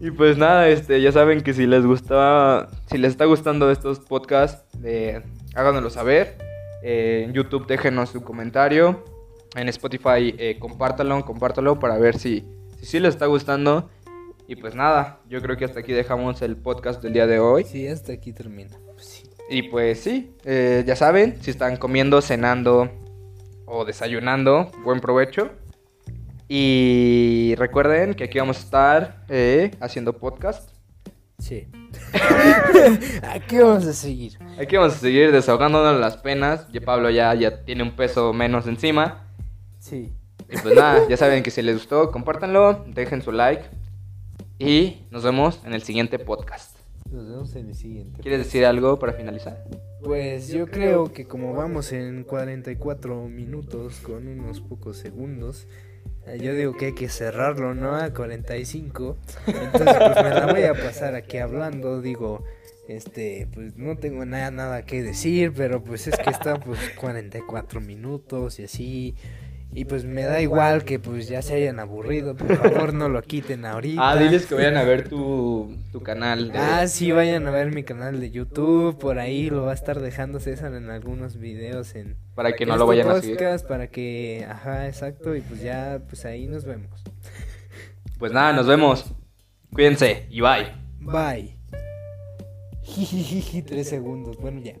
Speaker 1: y pues nada, este, ya saben que si les gusta, si les está gustando estos podcasts, eh, háganoslo saber. Eh, en YouTube déjenos su comentario. En Spotify eh, compártalo, compártalo para ver si, si sí les está gustando. Y pues nada, yo creo que hasta aquí dejamos el podcast del día de hoy.
Speaker 2: Sí, hasta aquí termina. Pues sí.
Speaker 1: Y pues sí, eh, ya saben, si están comiendo, cenando o desayunando, buen provecho. Y recuerden que aquí vamos a estar eh, haciendo podcast.
Speaker 2: Sí. Aquí vamos a seguir.
Speaker 1: Aquí vamos a seguir desahogándonos las penas. Ya Pablo ya, ya tiene un peso menos encima.
Speaker 2: Sí.
Speaker 1: Y pues nada, ya saben que si les gustó, compártanlo, dejen su like. Y nos vemos en el siguiente podcast.
Speaker 2: Nos vemos en el siguiente.
Speaker 1: ¿Quieres decir algo para finalizar?
Speaker 2: Pues yo creo que como vamos en 44 minutos con unos pocos segundos, eh, yo digo que hay que cerrarlo, ¿no? A 45. Entonces pues me la voy a pasar aquí hablando, digo, Este, pues no tengo nada, nada que decir, pero pues es que está pues 44 minutos y así. Y pues me da igual que pues ya se hayan aburrido, por favor no lo quiten ahorita.
Speaker 1: Ah, diles que vayan a ver tu, tu canal. de-
Speaker 2: Ah, sí, vayan a ver mi canal de YouTube, por ahí lo va a estar dejando César en algunos videos en
Speaker 1: para que no
Speaker 2: este
Speaker 1: lo vayan a seguir.
Speaker 2: podcast para que, ajá, exacto, y pues ya, pues ahí nos vemos.
Speaker 1: Pues nada, nos vemos. Cuídense y bye.
Speaker 2: Bye. Jijijiji, Tres segundos, bueno ya.